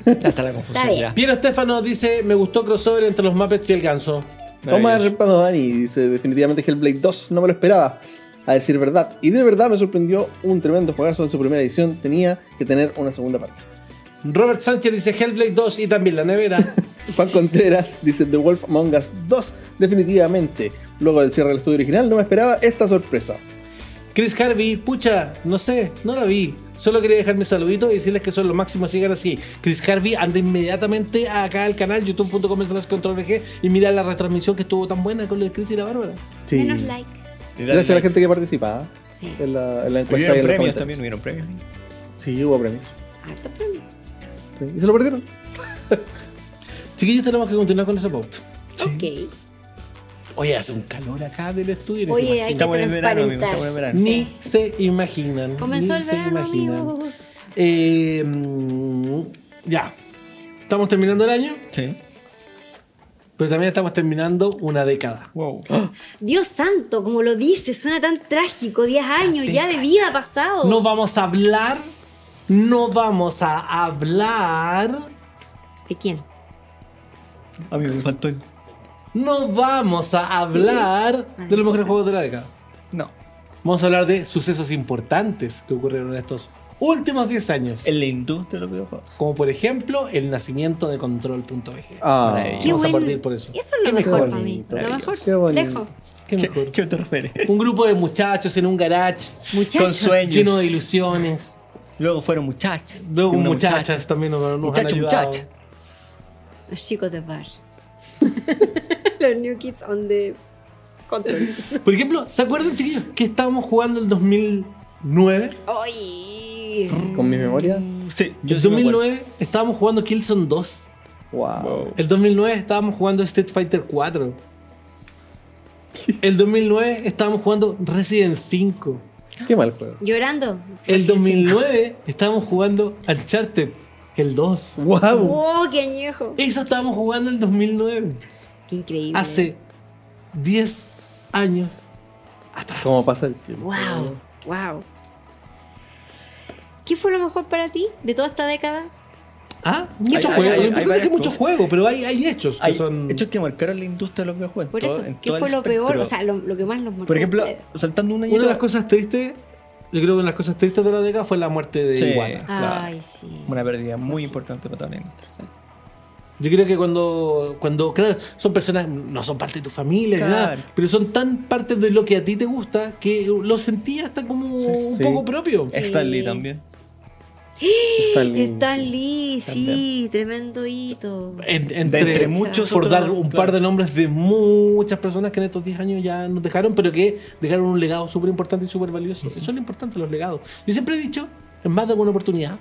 Speaker 3: ya.
Speaker 4: Hasta la confusión
Speaker 3: Está bien.
Speaker 4: ya.
Speaker 1: Piero Estefano dice, me gustó crossover entre los Muppets y el ganso.
Speaker 2: Omar Padovani dice definitivamente Hellblade 2, no me lo esperaba, a decir verdad. Y de verdad me sorprendió un tremendo juegazo en su primera edición, tenía que tener una segunda parte.
Speaker 1: Robert Sánchez dice Hellblade 2 y también la nevera.
Speaker 2: Juan Contreras dice The Wolf Among Us 2, definitivamente. Luego del cierre del estudio original no me esperaba esta sorpresa.
Speaker 1: Chris Harvey, pucha, no sé, no la vi. Solo quería dejar mi saludito y decirles que son los máximos, sigan así. Chris Harvey, anda inmediatamente acá al canal youtube.com slash controlvg y mira la retransmisión que estuvo tan buena con la de Chris y la Bárbara.
Speaker 3: Menos like.
Speaker 4: Y dale
Speaker 2: Gracias a la
Speaker 4: like.
Speaker 2: gente que participaba
Speaker 3: Sí.
Speaker 2: en la, en la encuesta. y en los
Speaker 4: Hubieron premios
Speaker 2: comentarios.
Speaker 4: también, hubieron premios.
Speaker 2: Sí, hubo premios.
Speaker 3: Harto premio.
Speaker 2: Sí, ¿Y se lo perdieron?
Speaker 1: Chiquillos, tenemos que continuar con ese post.
Speaker 3: Ok.
Speaker 1: Oye, hace un calor acá del estudio. ni se
Speaker 3: Oye,
Speaker 1: imaginan.
Speaker 3: hay que
Speaker 4: Estamos en verano, amigo,
Speaker 3: transparentar.
Speaker 4: estamos en verano.
Speaker 1: Ni se imaginan.
Speaker 3: Comenzó
Speaker 1: ni
Speaker 3: el
Speaker 1: se
Speaker 3: verano,
Speaker 1: imaginan.
Speaker 3: amigos.
Speaker 1: Eh, mm, ya. Estamos terminando el año,
Speaker 4: Sí.
Speaker 1: pero también estamos terminando una década.
Speaker 4: Wow.
Speaker 3: Dios santo, como lo dice, suena tan trágico. 10 años ya de vida pasados.
Speaker 1: No vamos a hablar. No vamos a hablar.
Speaker 3: ¿De quién?
Speaker 4: A mí me faltó el-
Speaker 1: No vamos a hablar de los mejores juegos de la década.
Speaker 4: No.
Speaker 1: Vamos a hablar de sucesos importantes que ocurrieron en estos últimos 10 años.
Speaker 4: En la industria de los videojuegos.
Speaker 1: Como por ejemplo el nacimiento de control.bg.
Speaker 2: Ah,
Speaker 4: Maravilla.
Speaker 3: Qué
Speaker 1: Vamos a
Speaker 3: buen-
Speaker 1: partir por eso.
Speaker 3: Eso es
Speaker 1: Qué
Speaker 3: lo mejor
Speaker 1: mejor,
Speaker 3: para mí. Lo mejor.
Speaker 2: Qué bonito.
Speaker 3: Lejos.
Speaker 1: Qué mejor.
Speaker 4: ¿Qué te refieres?
Speaker 1: Un grupo de muchachos en un garage
Speaker 4: Con
Speaker 3: Muchachos.
Speaker 4: sueños.
Speaker 1: lleno de ilusiones.
Speaker 4: Luego fueron muchachos.
Speaker 1: Luego
Speaker 4: Una
Speaker 1: muchachas
Speaker 4: muchacha.
Speaker 1: también nos, nos
Speaker 4: Muchacho,
Speaker 1: han ayudado.
Speaker 4: muchacha.
Speaker 3: Los chicos de bar. Los new kids on the control.
Speaker 1: Por ejemplo, ¿se acuerdan, chiquillos, que estábamos jugando el 2009?
Speaker 3: Ay.
Speaker 2: con mi memoria.
Speaker 4: Sí,
Speaker 1: el
Speaker 4: sí me acuerdo.
Speaker 1: 2009 estábamos jugando Killzone 2.
Speaker 2: Wow.
Speaker 4: Wow.
Speaker 1: El 2009 estábamos jugando Street Fighter 4. El 2009 estábamos jugando Resident 5.
Speaker 2: Qué mal juego.
Speaker 3: Llorando.
Speaker 1: El 2009 estábamos jugando Uncharted, el 2.
Speaker 2: Wow.
Speaker 3: ¡Wow! Oh, ¡Qué añejo!
Speaker 1: Eso estábamos jugando el 2009.
Speaker 3: ¡Qué increíble!
Speaker 1: Hace 10 años atrás.
Speaker 2: ¿Cómo pasa el tiempo?
Speaker 3: ¡Wow! ¡Wow! ¿Qué fue lo mejor para ti de toda esta década?
Speaker 1: Ah, muchos
Speaker 4: hay-
Speaker 1: juegos. Lo
Speaker 4: hay- hay
Speaker 1: importante es
Speaker 4: varias
Speaker 1: que muchos
Speaker 4: cosas.
Speaker 1: juegos, pero hay, hay hechos que
Speaker 4: Hay
Speaker 1: son.
Speaker 4: hechos que marcaron la industria de los videojuegos.
Speaker 3: Por
Speaker 4: todo-
Speaker 3: eso,
Speaker 4: en
Speaker 3: ¿qué
Speaker 4: todo el
Speaker 3: fue lo peor?
Speaker 4: espectro.
Speaker 3: O sea, lo, lo que más nos marcó.
Speaker 4: por ejemplo,
Speaker 3: Eh,
Speaker 4: saltando un año
Speaker 1: Una de las cosas tristes, yo creo que una de las cosas tristes de la década fue la muerte de
Speaker 4: Sí.
Speaker 1: Iwata.
Speaker 3: Ay, sí.
Speaker 4: Una pérdida muy importante para toda la industria.
Speaker 1: Yo creo que cuando, cuando, claro, son personas, no son parte de tu familia, ni
Speaker 4: Claro.
Speaker 1: nada, pero son tan parte de lo que a ti te gusta que lo sentí hasta como un
Speaker 2: sí.
Speaker 1: poco propio.
Speaker 3: Sí.
Speaker 4: Stan Lee también.
Speaker 2: Stanley.
Speaker 3: Stan Lee, sí, tremendo hito.
Speaker 1: En-
Speaker 4: De
Speaker 1: entre,
Speaker 4: entre muchos
Speaker 1: por
Speaker 4: otros,
Speaker 1: dar un
Speaker 4: claro.
Speaker 1: par de nombres de muchas personas que en estos 10 años ya nos dejaron, pero que dejaron un legado súper importante y súper valioso. Eso es lo importante, los legados. Yo siempre he dicho, en más de alguna oportunidad,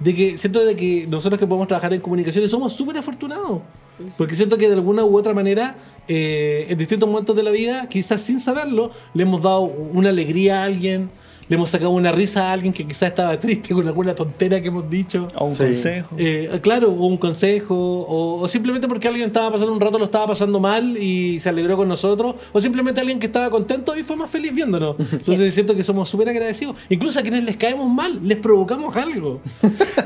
Speaker 1: de que siento de que nosotros que podemos trabajar en comunicaciones somos súper afortunados. Porque siento que de alguna u otra manera, eh, en distintos momentos de la vida, quizás sin saberlo, le hemos dado una alegría a alguien, le hemos sacado una risa a alguien que quizás estaba triste con alguna tontera que hemos dicho.
Speaker 4: O un
Speaker 2: Sí.
Speaker 4: consejo.
Speaker 1: Eh, claro, o un consejo, o, o simplemente porque alguien estaba pasando un rato, lo estaba pasando mal y se alegró con nosotros, o simplemente alguien que estaba contento y fue más feliz viéndonos. Entonces siento que somos súper agradecidos. Incluso a quienes les caemos mal, les provocamos algo.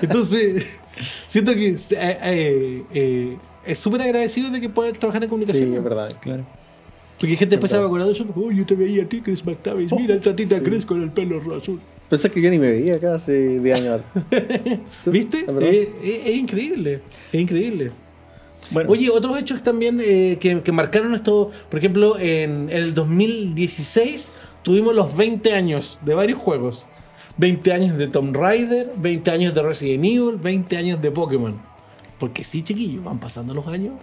Speaker 1: Entonces, siento que eh, eh, eh, es súper agradecido de que poder trabajar en
Speaker 2: Sí,
Speaker 1: comunicación.
Speaker 2: es verdad.
Speaker 4: Claro.
Speaker 1: Porque gente después se va
Speaker 2: Verdad.
Speaker 1: acordando de eso. Oh, yo te veía a ti, Chris McTavish. Mira, esta tita
Speaker 2: Sí.
Speaker 1: Chris con el pelo azul.
Speaker 2: Pensé que yo ni me veía acá hace 10 años. Sí,
Speaker 1: ¿Viste?
Speaker 2: es
Speaker 1: Es,
Speaker 2: verdad.
Speaker 4: Eh,
Speaker 1: es- es increíble. Es increíble.
Speaker 4: Bueno,
Speaker 1: Oye, otros hechos también eh, que, que marcaron esto, por ejemplo, en, el 2016 tuvimos los 20 años de varios juegos. 20 años de Tomb Raider, 20 años de Resident Evil, 20 años de Pokémon. Porque sí, chiquillos, van pasando los años.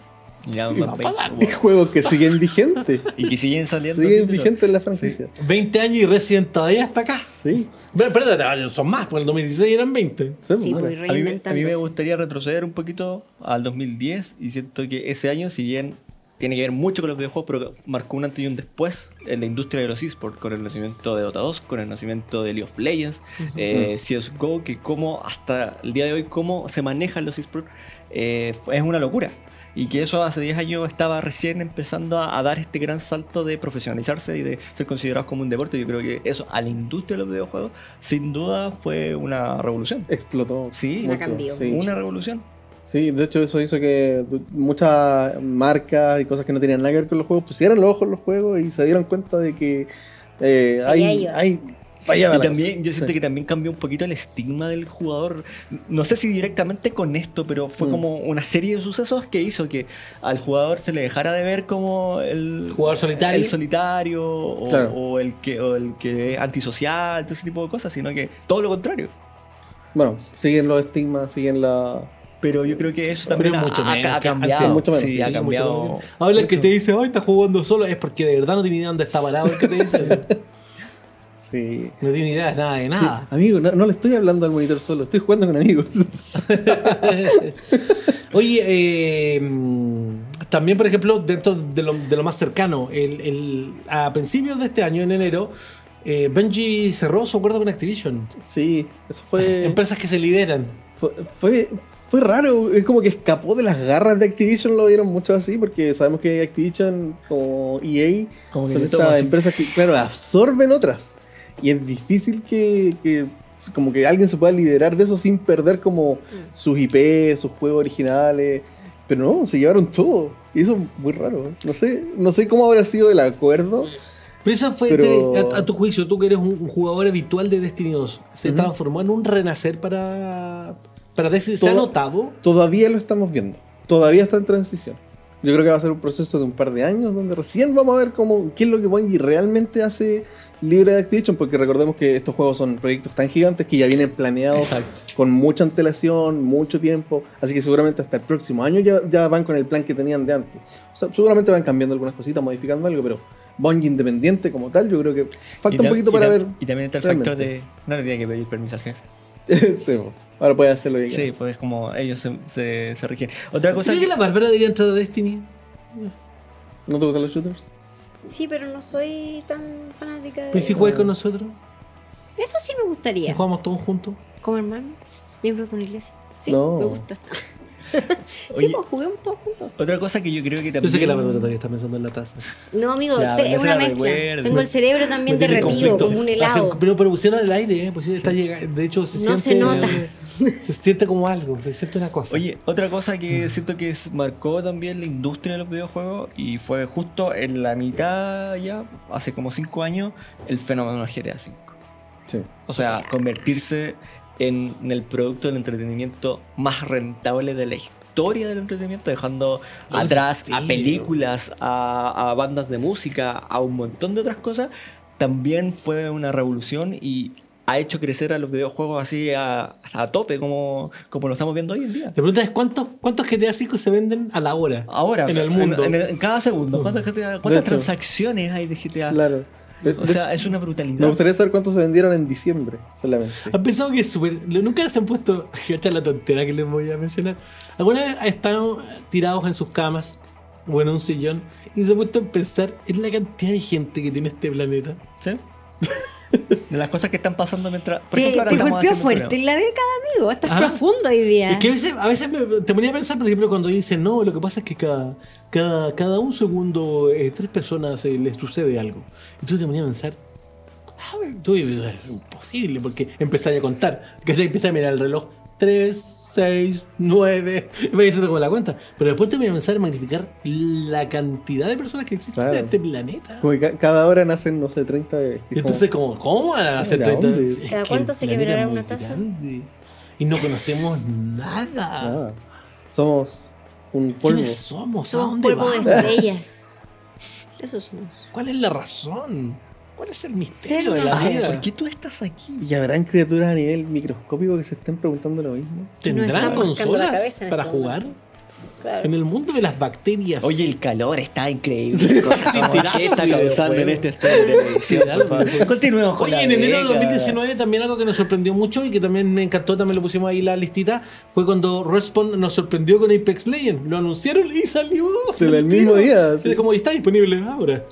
Speaker 4: ya
Speaker 1: y
Speaker 4: más
Speaker 1: va a
Speaker 4: 20,
Speaker 1: pagar.
Speaker 4: weón.
Speaker 2: Hay juegos que siguen vigentes.
Speaker 4: Y que siguen saliendo.
Speaker 2: siguen
Speaker 4: títulos.
Speaker 2: vigentes en la franquicia.
Speaker 1: 20 años y Resident todavía hasta acá.
Speaker 2: Sí,
Speaker 1: Pero, pero son más, porque en el 2016 eran 20.
Speaker 2: sí,
Speaker 3: Sí,
Speaker 2: bueno.
Speaker 3: pues
Speaker 4: A mí, me- a mí me
Speaker 3: reinventándose.
Speaker 4: gustaría retroceder un poquito al 2010 y siento que ese año, si bien tiene que ver mucho con los videojuegos, pero marcó un antes y un después en la industria de los esports, con el nacimiento de Dota 2, con el nacimiento de League of Legends, eh, CSGO, que como hasta el día de hoy, cómo se manejan los esports, eh, es una locura. Y que eso hace 10 años estaba recién empezando a, a dar este gran salto de profesionalizarse y de ser considerados como un deporte. Yo creo que eso a la industria de los videojuegos, sin duda, fue una revolución.
Speaker 2: Explotó.
Speaker 4: Sí,
Speaker 3: La cambió.
Speaker 2: sí.
Speaker 4: una revolución.
Speaker 2: Sí, de hecho eso hizo que du- muchas marcas y cosas que no tenían nada que ver con los juegos pusieran los ojos en los juegos y se dieron cuenta de que eh,
Speaker 3: Ahí
Speaker 2: hay,
Speaker 3: iba.
Speaker 2: hay para allá va
Speaker 4: Y
Speaker 2: la
Speaker 4: también,
Speaker 2: cosa.
Speaker 4: yo siento
Speaker 2: Sí.
Speaker 4: que también cambió un poquito el estigma del jugador. No sé si directamente con esto, pero fue
Speaker 2: Mm.
Speaker 4: como una serie de sucesos que hizo que al jugador se le dejara de ver como el
Speaker 1: Jugador solitario.
Speaker 4: el solitario o,
Speaker 2: Claro.
Speaker 4: o el que o el que es antisocial, todo ese tipo de cosas, sino que todo lo contrario.
Speaker 2: Bueno, siguen los estigmas, siguen la...
Speaker 4: Pero yo creo que eso
Speaker 1: Pero
Speaker 4: también
Speaker 1: es
Speaker 4: ha,
Speaker 1: mucho
Speaker 4: ha-
Speaker 1: menos
Speaker 4: ha
Speaker 1: que antes,
Speaker 4: cambiado.
Speaker 2: mucho menos,
Speaker 4: sí,
Speaker 2: sí,
Speaker 4: ha
Speaker 2: mucho
Speaker 4: cambiado.
Speaker 1: Ahora el que te dice, hoy está jugando solo, es porque de verdad no tiene idea dónde está parado. El que te dice, eso.
Speaker 2: Sí.
Speaker 1: no tiene idea de nada de
Speaker 4: Ah.
Speaker 1: nada.
Speaker 2: Amigo, no, no le estoy hablando al monitor solo, estoy jugando con amigos.
Speaker 1: Oye, eh, mm, también, por ejemplo, dentro de lo, de lo más cercano, el, el- a principios de este año, en enero, eh, Bungie cerró su acuerdo con Activision.
Speaker 2: Sí, eso fue...
Speaker 1: Empresas que se lideran.
Speaker 2: Fue, fue, fue raro, es como que escapó de las garras de Activision, lo vieron mucho así, porque sabemos que Activision como E EA
Speaker 4: Como que
Speaker 2: son
Speaker 4: le
Speaker 2: estas
Speaker 4: toman-
Speaker 2: empresas que, claro, absorben otras. Y es difícil que, que como que alguien se pueda liberar de eso sin perder como sus IP, sus juegos originales. Pero no, se llevaron todo. Y eso es muy raro. ¿eh? No sé, no sé cómo habrá sido el acuerdo.
Speaker 1: Pero eso fue,
Speaker 2: Pero-
Speaker 1: te- a, a tu juicio, tú que eres un, un jugador habitual de Destiny 2, se
Speaker 2: Ujú.
Speaker 1: transformó en un renacer para, para Destiny. ¿Se ha
Speaker 2: Todo-
Speaker 1: notado?
Speaker 2: Todavía lo estamos viendo. Todavía está en transición. Yo creo que va a ser un proceso de un par de años donde recién vamos a ver cómo, qué es lo que Bungie realmente hace libre de Activision, porque recordemos que estos juegos son proyectos tan gigantes que ya vienen planeados
Speaker 4: Exacto.
Speaker 2: con mucha antelación, mucho tiempo, así que seguramente hasta el próximo año ya, ya van con el plan que tenían de antes. O sea, seguramente van cambiando algunas cositas, modificando algo, pero Bungie independiente como tal, yo creo que
Speaker 4: Y
Speaker 2: falta
Speaker 4: tam-
Speaker 2: un poquito
Speaker 4: y
Speaker 2: para
Speaker 4: tam-
Speaker 2: ver.
Speaker 4: Y también está el factor de. No le tiene que pedir permiso al jefe.
Speaker 2: Sí, pues, ahora puede hacerlo bien.
Speaker 4: Sí, pues como ellos se, se, se rigen. Otra cosa.
Speaker 1: ¿Crees que la Bárbara debería entrar a Destiny?
Speaker 2: ¿No te gustan los shooters?
Speaker 3: Sí, pero no soy tan fanática de.
Speaker 1: Pues si
Speaker 2: Eh,
Speaker 1: juegas con nosotros,
Speaker 3: Eso sí me
Speaker 1: y
Speaker 3: gustaría.
Speaker 1: jugamos todos juntos.
Speaker 3: Como hermano, miembro de una iglesia. Sí,
Speaker 2: No.
Speaker 3: me gusta. sí,
Speaker 4: Oye.
Speaker 3: pues juguemos todos juntos.
Speaker 4: Otra cosa que yo creo que también.
Speaker 1: Yo sé que la Bárbara todavía está pensando en la taza.
Speaker 3: No, amigo,
Speaker 4: Ya,
Speaker 3: te-
Speaker 4: pero
Speaker 3: es
Speaker 4: no
Speaker 3: una
Speaker 4: se la
Speaker 3: mezcla.
Speaker 4: recuerde.
Speaker 3: Tengo el cerebro también
Speaker 1: No tiene
Speaker 3: derretido,
Speaker 1: conflicto.
Speaker 3: como un
Speaker 1: Hace-
Speaker 3: helado.
Speaker 1: pero pusieron el aire, ¿eh? Pues sí, está llega- de hecho, se
Speaker 3: No se
Speaker 1: siente.
Speaker 3: nota.
Speaker 1: Se siente como algo, se siente una cosa.
Speaker 4: Oye, otra cosa que siento que es- marcó también la industria de los videojuegos y fue justo en la mitad ya, hace como 5 años, el fenómeno de GTA V.
Speaker 2: Sí.
Speaker 4: O sea, convertirse en el producto del entretenimiento más rentable de la historia del entretenimiento, dejando
Speaker 3: Ah,
Speaker 1: Los
Speaker 4: atrás a
Speaker 1: estilos.
Speaker 4: películas, a, a bandas de música, a un montón de otras cosas, también fue una revolución y ha hecho crecer a los videojuegos así a, a tope como, como lo estamos viendo hoy en día.
Speaker 1: La pregunta es: ¿cuántos, ¿cuántos GTA V se venden a la hora?
Speaker 4: Ahora,
Speaker 1: En el mundo.
Speaker 4: en, en cada segundo, ¿cuántas, GTA
Speaker 2: De
Speaker 4: cuántas
Speaker 2: hecho.
Speaker 4: transacciones hay de GTA?
Speaker 2: Claro. De-
Speaker 4: O
Speaker 2: de-
Speaker 4: sea, es una
Speaker 2: me
Speaker 4: brutalidad.
Speaker 2: gustaría saber cuántos se vendieron en diciembre solamente.
Speaker 1: ¿Han pensado que es súper. lo- Nunca se han puesto. Esta es la tontera que les voy a mencionar. ¿Alguna vez han estado tirados en sus camas o en un sillón y se han puesto a pensar en la cantidad de gente que tiene este planeta?
Speaker 4: ¿Sí? De las cosas que están pasando mientras. Por
Speaker 3: Te,
Speaker 4: ejemplo, ahora
Speaker 3: te
Speaker 4: estamos
Speaker 3: golpeó
Speaker 4: haciendo un
Speaker 3: fuerte
Speaker 4: programa.
Speaker 3: en la década, amigo. Estás
Speaker 1: Ah.
Speaker 3: profundo hoy día.
Speaker 1: Es que a veces, a veces me- te ponía a pensar, por ejemplo, cuando dicen, no, lo que pasa es que cada, cada, cada un segundo eh, tres personas eh, les sucede algo. Entonces te ponía a pensar, ah, tú, es imposible, porque empecé a contar, que ya empecé a mirar el reloj, tres, 6, 9. Me dice como la cuenta. Pero después te voy a pensar en magnificar la cantidad de personas que existen
Speaker 2: Claro.
Speaker 1: en este planeta.
Speaker 2: Como que ca- cada hora nacen, no sé, 30 bebés. Y es como-
Speaker 1: Entonces, como, ¿cómo van a hacer
Speaker 2: ¿De
Speaker 1: 30?
Speaker 2: dónde?
Speaker 1: Es que
Speaker 3: ¿Cada cuánto
Speaker 1: el
Speaker 3: se
Speaker 1: planeta
Speaker 3: quebrará
Speaker 1: es
Speaker 3: una
Speaker 1: muy
Speaker 3: taza?
Speaker 1: grande. Y no conocemos nada.
Speaker 2: nada. Somos un polvo.
Speaker 1: ¿Quiénes somos? ¿A
Speaker 3: Somos
Speaker 1: dónde
Speaker 3: polvo de
Speaker 1: vamos?
Speaker 3: estrellas. Eso somos.
Speaker 1: ¿Cuál es la razón? ¿Cuál es el
Speaker 3: Ser
Speaker 1: misterio de la
Speaker 3: razón.
Speaker 1: vida?
Speaker 4: ¿Por qué tú estás aquí?
Speaker 2: Y habrán criaturas a nivel microscópico que se estén preguntando lo mismo.
Speaker 3: Nos
Speaker 1: ¿Tendrán
Speaker 3: estamos rascando la
Speaker 1: consolas
Speaker 3: cabeza en
Speaker 1: para
Speaker 3: este
Speaker 1: jugar?
Speaker 3: Claro.
Speaker 1: En el mundo de las bacterias.
Speaker 4: Oye, el calor está increíble. ¿Qué está causando en este estreno de televisión?
Speaker 1: Tirarlo,
Speaker 4: por favor? Continuemos con
Speaker 1: Oye,
Speaker 4: la
Speaker 1: en enero de
Speaker 4: década.
Speaker 1: 2019 también algo que nos sorprendió mucho y que también me encantó, también lo pusimos ahí en la listita, fue cuando Respawn nos sorprendió con Apex Legends. Lo anunciaron y salió.
Speaker 2: Salió el mismo
Speaker 1: tiro.
Speaker 2: día,
Speaker 1: Era
Speaker 2: sí.
Speaker 1: como, y está disponible ahora.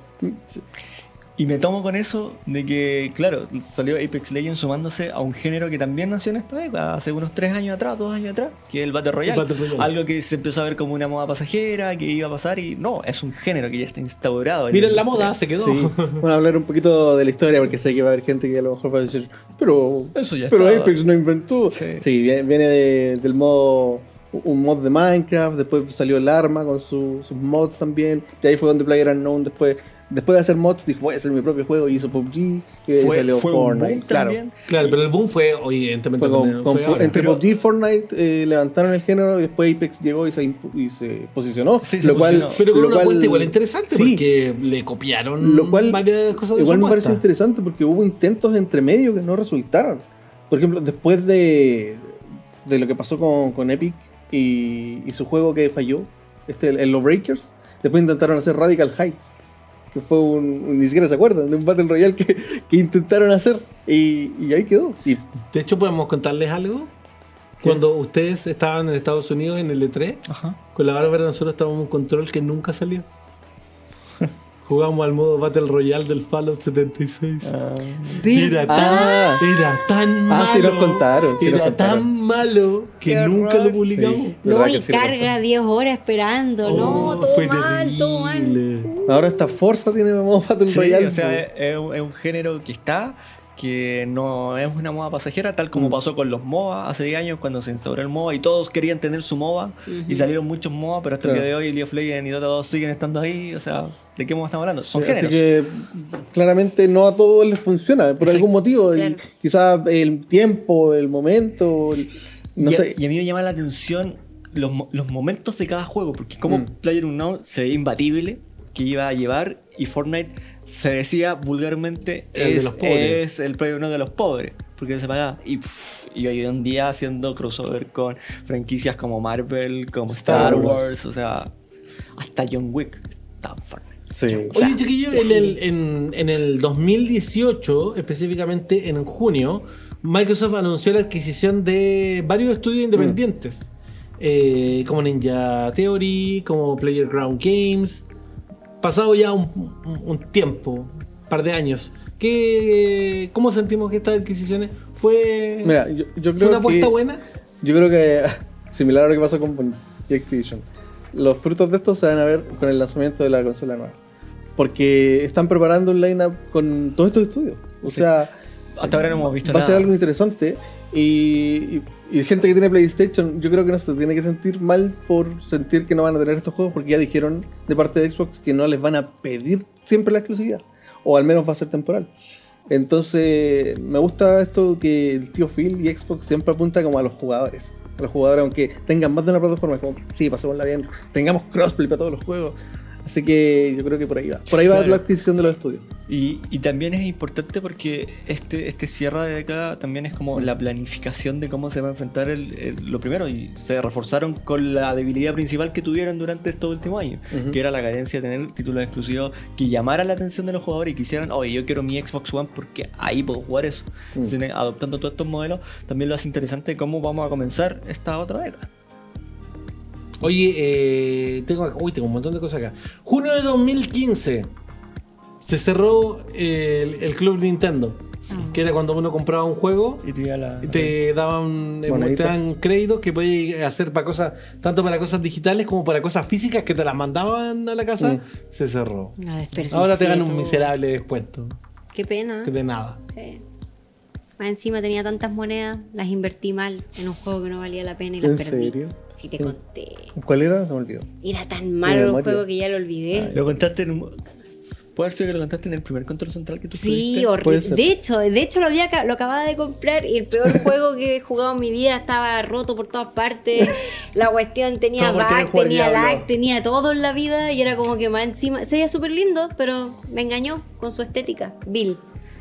Speaker 4: Y me tomo con eso de que, claro, salió Apex Legends sumándose a un género que también nació en esta época, hace unos tres años atrás, dos años atrás, que es el Battle Royale.
Speaker 1: Battle Royale.
Speaker 4: Algo que se empezó a ver como una moda pasajera, que iba a pasar y no, es un género que ya está instaurado. en
Speaker 1: Miren
Speaker 4: el-
Speaker 1: la moda, se quedó.
Speaker 2: eh, Sí. Vamos a hablar un poquito de la historia porque sé que va a haber gente que a lo mejor va a decir, pero,
Speaker 4: Eso ya
Speaker 2: pero
Speaker 4: estaba".
Speaker 2: Apex no inventó.
Speaker 4: Sí.
Speaker 2: Sí, viene, viene de- del modo, un mod de Minecraft, después salió el arma con su- sus mods también. Y ahí fue donde PlayerUnknown después, después de hacer mods dijo, voy a hacer mi propio juego y hizo PUBG y de ahí
Speaker 4: Fue,
Speaker 2: salió
Speaker 4: fue un
Speaker 2: Fortnite.
Speaker 4: boom
Speaker 2: claro.
Speaker 4: también.
Speaker 1: Claro, pero el boom fue, oye, evidentemente,
Speaker 2: Fue con-
Speaker 1: fue
Speaker 2: con-
Speaker 1: ahora.
Speaker 2: entre
Speaker 4: Pero-
Speaker 2: PUBG y Fortnite eh, levantaron el género y después Apex llegó y se, impu- y se posicionó.
Speaker 4: Sí, se
Speaker 2: lo cual,
Speaker 4: posicionó.
Speaker 1: Pero con
Speaker 2: lo
Speaker 1: una
Speaker 2: cual-
Speaker 1: cuenta igual interesante
Speaker 2: Sí.
Speaker 1: porque le copiaron
Speaker 2: Lo cual
Speaker 1: varias cosas de
Speaker 2: igual
Speaker 1: su
Speaker 2: me parece
Speaker 1: apuesta.
Speaker 2: interesante porque hubo intentos entre medio que no resultaron. Por ejemplo, después de, de lo que pasó con, con Epic y, y su juego que falló, este, el, el Lawbreakers, después intentaron hacer Radical Heights, que fue un, un- ni siquiera se acuerdan, de un Battle Royale que, que intentaron hacer y, y ahí quedó. Y
Speaker 1: De hecho, podemos contarles algo. Cuando ustedes estaban en Estados Unidos en el E3,
Speaker 4: Ajá.
Speaker 1: Con la Bárbara nosotros estábamos en un control que nunca salió. Jugamos al modo Battle Royale del Fallout 76. Era tan,
Speaker 2: Ah.
Speaker 1: era tan malo.
Speaker 2: Ah, sí nos contaron, sí
Speaker 1: era
Speaker 2: nos contaron.
Speaker 1: tan malo que
Speaker 3: Qué
Speaker 1: nunca
Speaker 3: horror.
Speaker 1: lo publicamos.
Speaker 2: Sí.
Speaker 3: No,
Speaker 2: ¿Verdad que
Speaker 3: y
Speaker 2: sí,
Speaker 3: carga 10 horas esperando. no,
Speaker 1: Oh,
Speaker 3: todo
Speaker 1: fue
Speaker 3: mal, todo mal.
Speaker 1: terrible.
Speaker 2: ahora esta Forza tiene modo Battle
Speaker 4: Sí,
Speaker 2: Royale.
Speaker 4: o sea, es, es un, es un género que está, que no es una moda pasajera, tal
Speaker 2: Mm.
Speaker 4: como pasó con los MOBA hace 10 años cuando se instauró el MOBA y todos querían tener su MOBA y salieron muchos MOBA, pero hasta el
Speaker 2: Claro.
Speaker 4: día de hoy League of Legends y Dota 2 siguen estando ahí, o sea, ¿de qué MOBA estamos hablando? Son
Speaker 2: Sí, Así
Speaker 4: géneros.
Speaker 2: que claramente no a todos les funciona, por
Speaker 4: Exacto.
Speaker 2: algún motivo.
Speaker 3: Claro.
Speaker 2: Y quizás el tiempo, el momento, el- no
Speaker 4: y, a-
Speaker 2: sé.
Speaker 4: y a mí me llama la atención los, mo- los momentos de cada juego, porque como
Speaker 2: Mm.
Speaker 4: PlayerUnknown se veía imbatible, que iba a llevar, y Fortnite se decía vulgarmente
Speaker 1: El de
Speaker 4: es,
Speaker 1: los pobres.
Speaker 4: es el PlayerUnknown de los pobres, porque se pagaba. Y, pff, y hoy en día haciendo crossover con franquicias como Marvel, como Star,
Speaker 2: Star
Speaker 4: Wars.
Speaker 2: Wars.
Speaker 4: o sea, hasta John Wick está en Fortnite.
Speaker 2: Sí.
Speaker 1: Oye, chiquillo, en el, en- en el 2018, específicamente en junio, Microsoft anunció la adquisición de varios estudios independientes,
Speaker 2: Mm.
Speaker 1: eh, como Ninja Theory, como Playground Games. Pasado ya un, un- un tiempo, un par de años, ¿qué, ¿cómo sentimos que estas adquisiciones fue,
Speaker 2: Mira, yo, yo
Speaker 1: fue
Speaker 2: creo
Speaker 1: una apuesta
Speaker 2: que,
Speaker 1: buena?
Speaker 2: Yo creo que, similar a lo que pasó con Bungie y Activision, los frutos de esto se van a ver con el lanzamiento de la consola nueva. Porque están preparando un lineup con todos estos estudios. O
Speaker 4: Sí.
Speaker 2: sea,
Speaker 4: Hasta ahora no hemos visto
Speaker 2: va a
Speaker 4: nada.
Speaker 2: ser algo interesante. Y, y- y gente que tiene PlayStation, yo creo que no se tiene que sentir mal por sentir que no van a tener estos juegos, porque ya dijeron de parte de Xbox que no les van a pedir siempre la exclusividad, o al menos va a ser temporal. Entonces, me gusta esto que el tío Phil y Xbox siempre apunta como a los jugadores. A los jugadores, aunque tengan más de una plataforma, es como, sí, pasémosla bien, tengamos crossplay para todos los juegos. Así que yo creo que por ahí va. Por ahí va
Speaker 4: Claro.
Speaker 2: la adquisición de los estudios.
Speaker 4: Y, y también es importante porque este, este cierre de década también es como la planificación de cómo se va a enfrentar el, el- lo primero. Y se reforzaron con la debilidad principal que tuvieron durante estos últimos años,
Speaker 2: Ujú.
Speaker 4: que era la carencia de tener títulos exclusivos que llamaran la atención de los jugadores y que hicieran, oye, yo quiero mi Xbox One porque ahí puedo jugar eso.
Speaker 2: Mm.
Speaker 4: Entonces, adoptando todos estos modelos, también lo hace interesante cómo vamos a comenzar esta otra década.
Speaker 1: Oye, eh, tengo, acá- uy, tengo un montón de cosas acá. Junio de 2015 se cerró eh, el, el club Nintendo,
Speaker 3: Ah.
Speaker 1: que era cuando uno compraba un juego.
Speaker 4: Y te iba la-
Speaker 1: y Te daban, eh,
Speaker 2: Moneditas.
Speaker 1: te daban créditos que podías hacer para cosas, tanto para cosas digitales como para cosas físicas que te las mandaban a la casa.
Speaker 2: Mm.
Speaker 1: Se cerró.
Speaker 3: No, desperdicié
Speaker 1: Ahora te ganan un
Speaker 3: todo.
Speaker 1: miserable descuento.
Speaker 3: Qué pena.
Speaker 1: que De nada.
Speaker 3: Sí. Más encima tenía tantas monedas, las invertí mal en un juego que no valía la pena y
Speaker 2: ¿En
Speaker 3: las perdí.
Speaker 2: serio?
Speaker 3: Si te conté.
Speaker 2: ¿Cuál era? Se me olvidó.
Speaker 3: Era tan
Speaker 2: Mira,
Speaker 3: malo el
Speaker 2: Mario.
Speaker 3: juego que ya lo olvidé.
Speaker 4: Lo contaste en un. Puede ser que lo contaste en el primer control central que tú
Speaker 3: Sí,
Speaker 4: tuviste?
Speaker 2: Puede
Speaker 3: horrible.
Speaker 2: ser.
Speaker 3: De hecho, de hecho lo, había, aca- lo acababa de comprar y el peor juego que he jugado en mi vida estaba roto por todas partes. La cuestión tenía
Speaker 4: Todo porque era
Speaker 3: bug,
Speaker 4: un juego
Speaker 3: tenía
Speaker 4: del diablo.
Speaker 3: lag, tenía todo en la vida y era como que más encima. Se veía súper lindo, pero me engañó con su estética. Bill.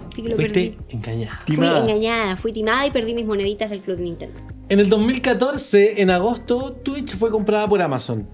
Speaker 3: Así que lo
Speaker 1: Fuiste
Speaker 3: perdí.
Speaker 1: engañada.
Speaker 4: Timada.
Speaker 3: Fui engañada, fui timada y perdí mis moneditas del Club Nintendo.
Speaker 1: En el 2014, en agosto, Twitch fue comprada por Amazon.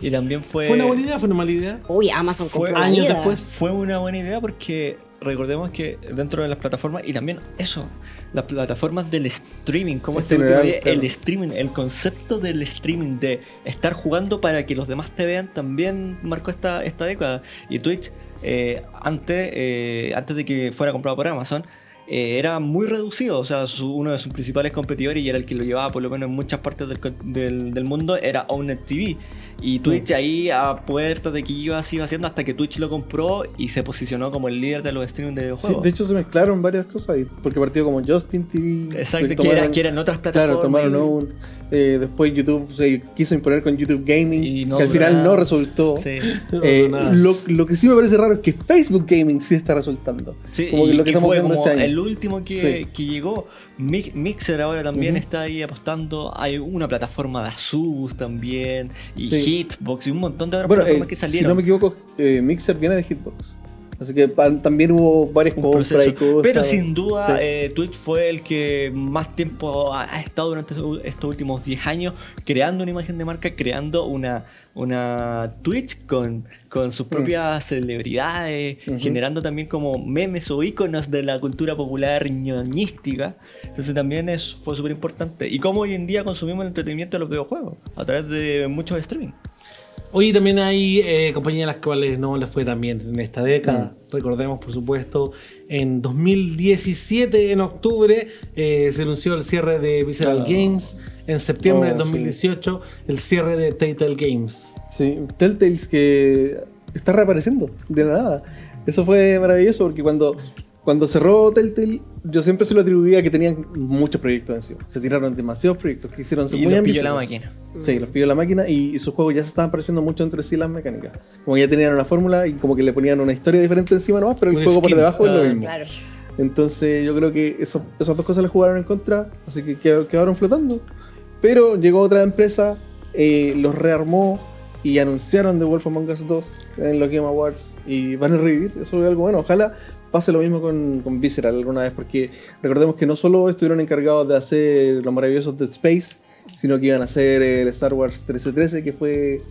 Speaker 4: Y también fue.
Speaker 1: ¿Fue una buena idea? ¿Fue una mala idea?
Speaker 3: Uy, Amazon
Speaker 4: Fue
Speaker 3: compró
Speaker 1: años
Speaker 3: vida.
Speaker 1: después.
Speaker 4: Fue una buena idea porque recordemos que dentro de las plataformas y también eso, las plataformas del streaming, como
Speaker 2: En
Speaker 4: este
Speaker 2: general,
Speaker 4: último día,
Speaker 2: claro.
Speaker 4: el streaming, el concepto del streaming de estar jugando para que los demás te vean también marcó esta, esta década. Y Twitch, eh, antes, eh, antes de que fuera comprado por Amazon, eh, era muy reducido, o sea, su- uno de sus principales competidores y era el que lo llevaba por lo menos en muchas partes del, con- del- del mundo, era Onet TV. Y Twitch ahí a puertas de que iba, se iba haciendo hasta que Twitch lo compró y se posicionó como el líder de los streaming de
Speaker 2: Sí,
Speaker 4: videojuegos.
Speaker 2: de hecho se mezclaron varias cosas ahí, porque partió como Justin TV.
Speaker 4: Exacto,
Speaker 2: que
Speaker 4: que era- que eran otras plataformas.
Speaker 2: Claro, tomaron Owl, eh, después YouTube se quiso imponer con YouTube Gaming,
Speaker 4: Y no
Speaker 2: que al final no
Speaker 4: duraba.
Speaker 2: resultó.
Speaker 4: Sí.
Speaker 2: Eh,
Speaker 1: No, nada.
Speaker 2: lo, lo que sí me parece raro es que Facebook Gaming sí está resultando.
Speaker 4: Sí,
Speaker 2: como que
Speaker 4: y-
Speaker 2: lo que
Speaker 4: y
Speaker 2: estamos
Speaker 4: fue
Speaker 2: viendo
Speaker 4: como
Speaker 2: este año.
Speaker 4: el último que,
Speaker 2: Sí.
Speaker 4: que llegó. Mi- Mixer ahora también
Speaker 2: Ujú.
Speaker 4: está ahí apostando. Hay una plataforma de Asus también. Y
Speaker 2: Sí.
Speaker 4: Hitbox y un montón de otras
Speaker 2: Bueno,
Speaker 4: plataformas
Speaker 2: eh,
Speaker 4: que
Speaker 2: si no
Speaker 4: salieron.
Speaker 2: me equivoco, eh, Mixer viene de Hitbox. Así que pa- también hubo varias
Speaker 4: Un
Speaker 2: compras
Speaker 4: proceso.
Speaker 2: y cosas.
Speaker 4: Pero sin duda
Speaker 2: Sí.
Speaker 4: eh, Twitch fue el que más tiempo ha, ha estado durante estos- estos últimos 10 años creando una imagen de marca, creando una, una Twitch con, con sus propias celebridades,
Speaker 2: Mm. Ujú.
Speaker 4: generando también como memes o iconos de la cultura popular ñoñística. Entonces también es, fue súper importante. Y cómo hoy en día consumimos el entretenimiento de los videojuegos a través de muchos streaming.
Speaker 1: Hoy también hay eh, compañías a las cuales no les fue tan bien en esta década.
Speaker 2: Mm.
Speaker 1: Recordemos, por supuesto, en 2017, en octubre, eh, se anunció el cierre de Visceral
Speaker 2: Ah.
Speaker 1: Games. En septiembre
Speaker 2: Oh,
Speaker 1: del 2018, el cierre de Telltale Games.
Speaker 2: Sí, Telltales que está reapareciendo de la nada. Eso fue maravilloso porque cuando, cuando cerró Telltale, yo siempre se lo atribuía a que tenían muchos proyectos encima. Se tiraron demasiados proyectos que hicieron
Speaker 4: Y
Speaker 2: muy
Speaker 4: los pilló
Speaker 2: ambiciosos.
Speaker 4: la máquina.
Speaker 2: Sí, los pilló la máquina y, y sus juegos ya se estaban pareciendo mucho entre sí las mecánicas. Como ya tenían una fórmula y como que le ponían una historia diferente encima nomás, pero el
Speaker 1: Un
Speaker 2: juego por
Speaker 1: skin.
Speaker 2: debajo es
Speaker 4: Ah,
Speaker 2: lo mismo. Eh,
Speaker 3: Claro.
Speaker 2: Entonces yo creo que eso- esas dos cosas le jugaron en contra, así que qued- quedaron flotando. Pero llegó otra empresa, eh, los rearmó y anunciaron The Wolf Among Us 2 en los Game Awards y van a revivir. Eso es algo bueno. Ojalá pase lo mismo con, con Visceral alguna vez, porque recordemos que no solo estuvieron encargados de hacer los maravillosos Dead Space, sino que iban a hacer el Star Wars 1313, que fue,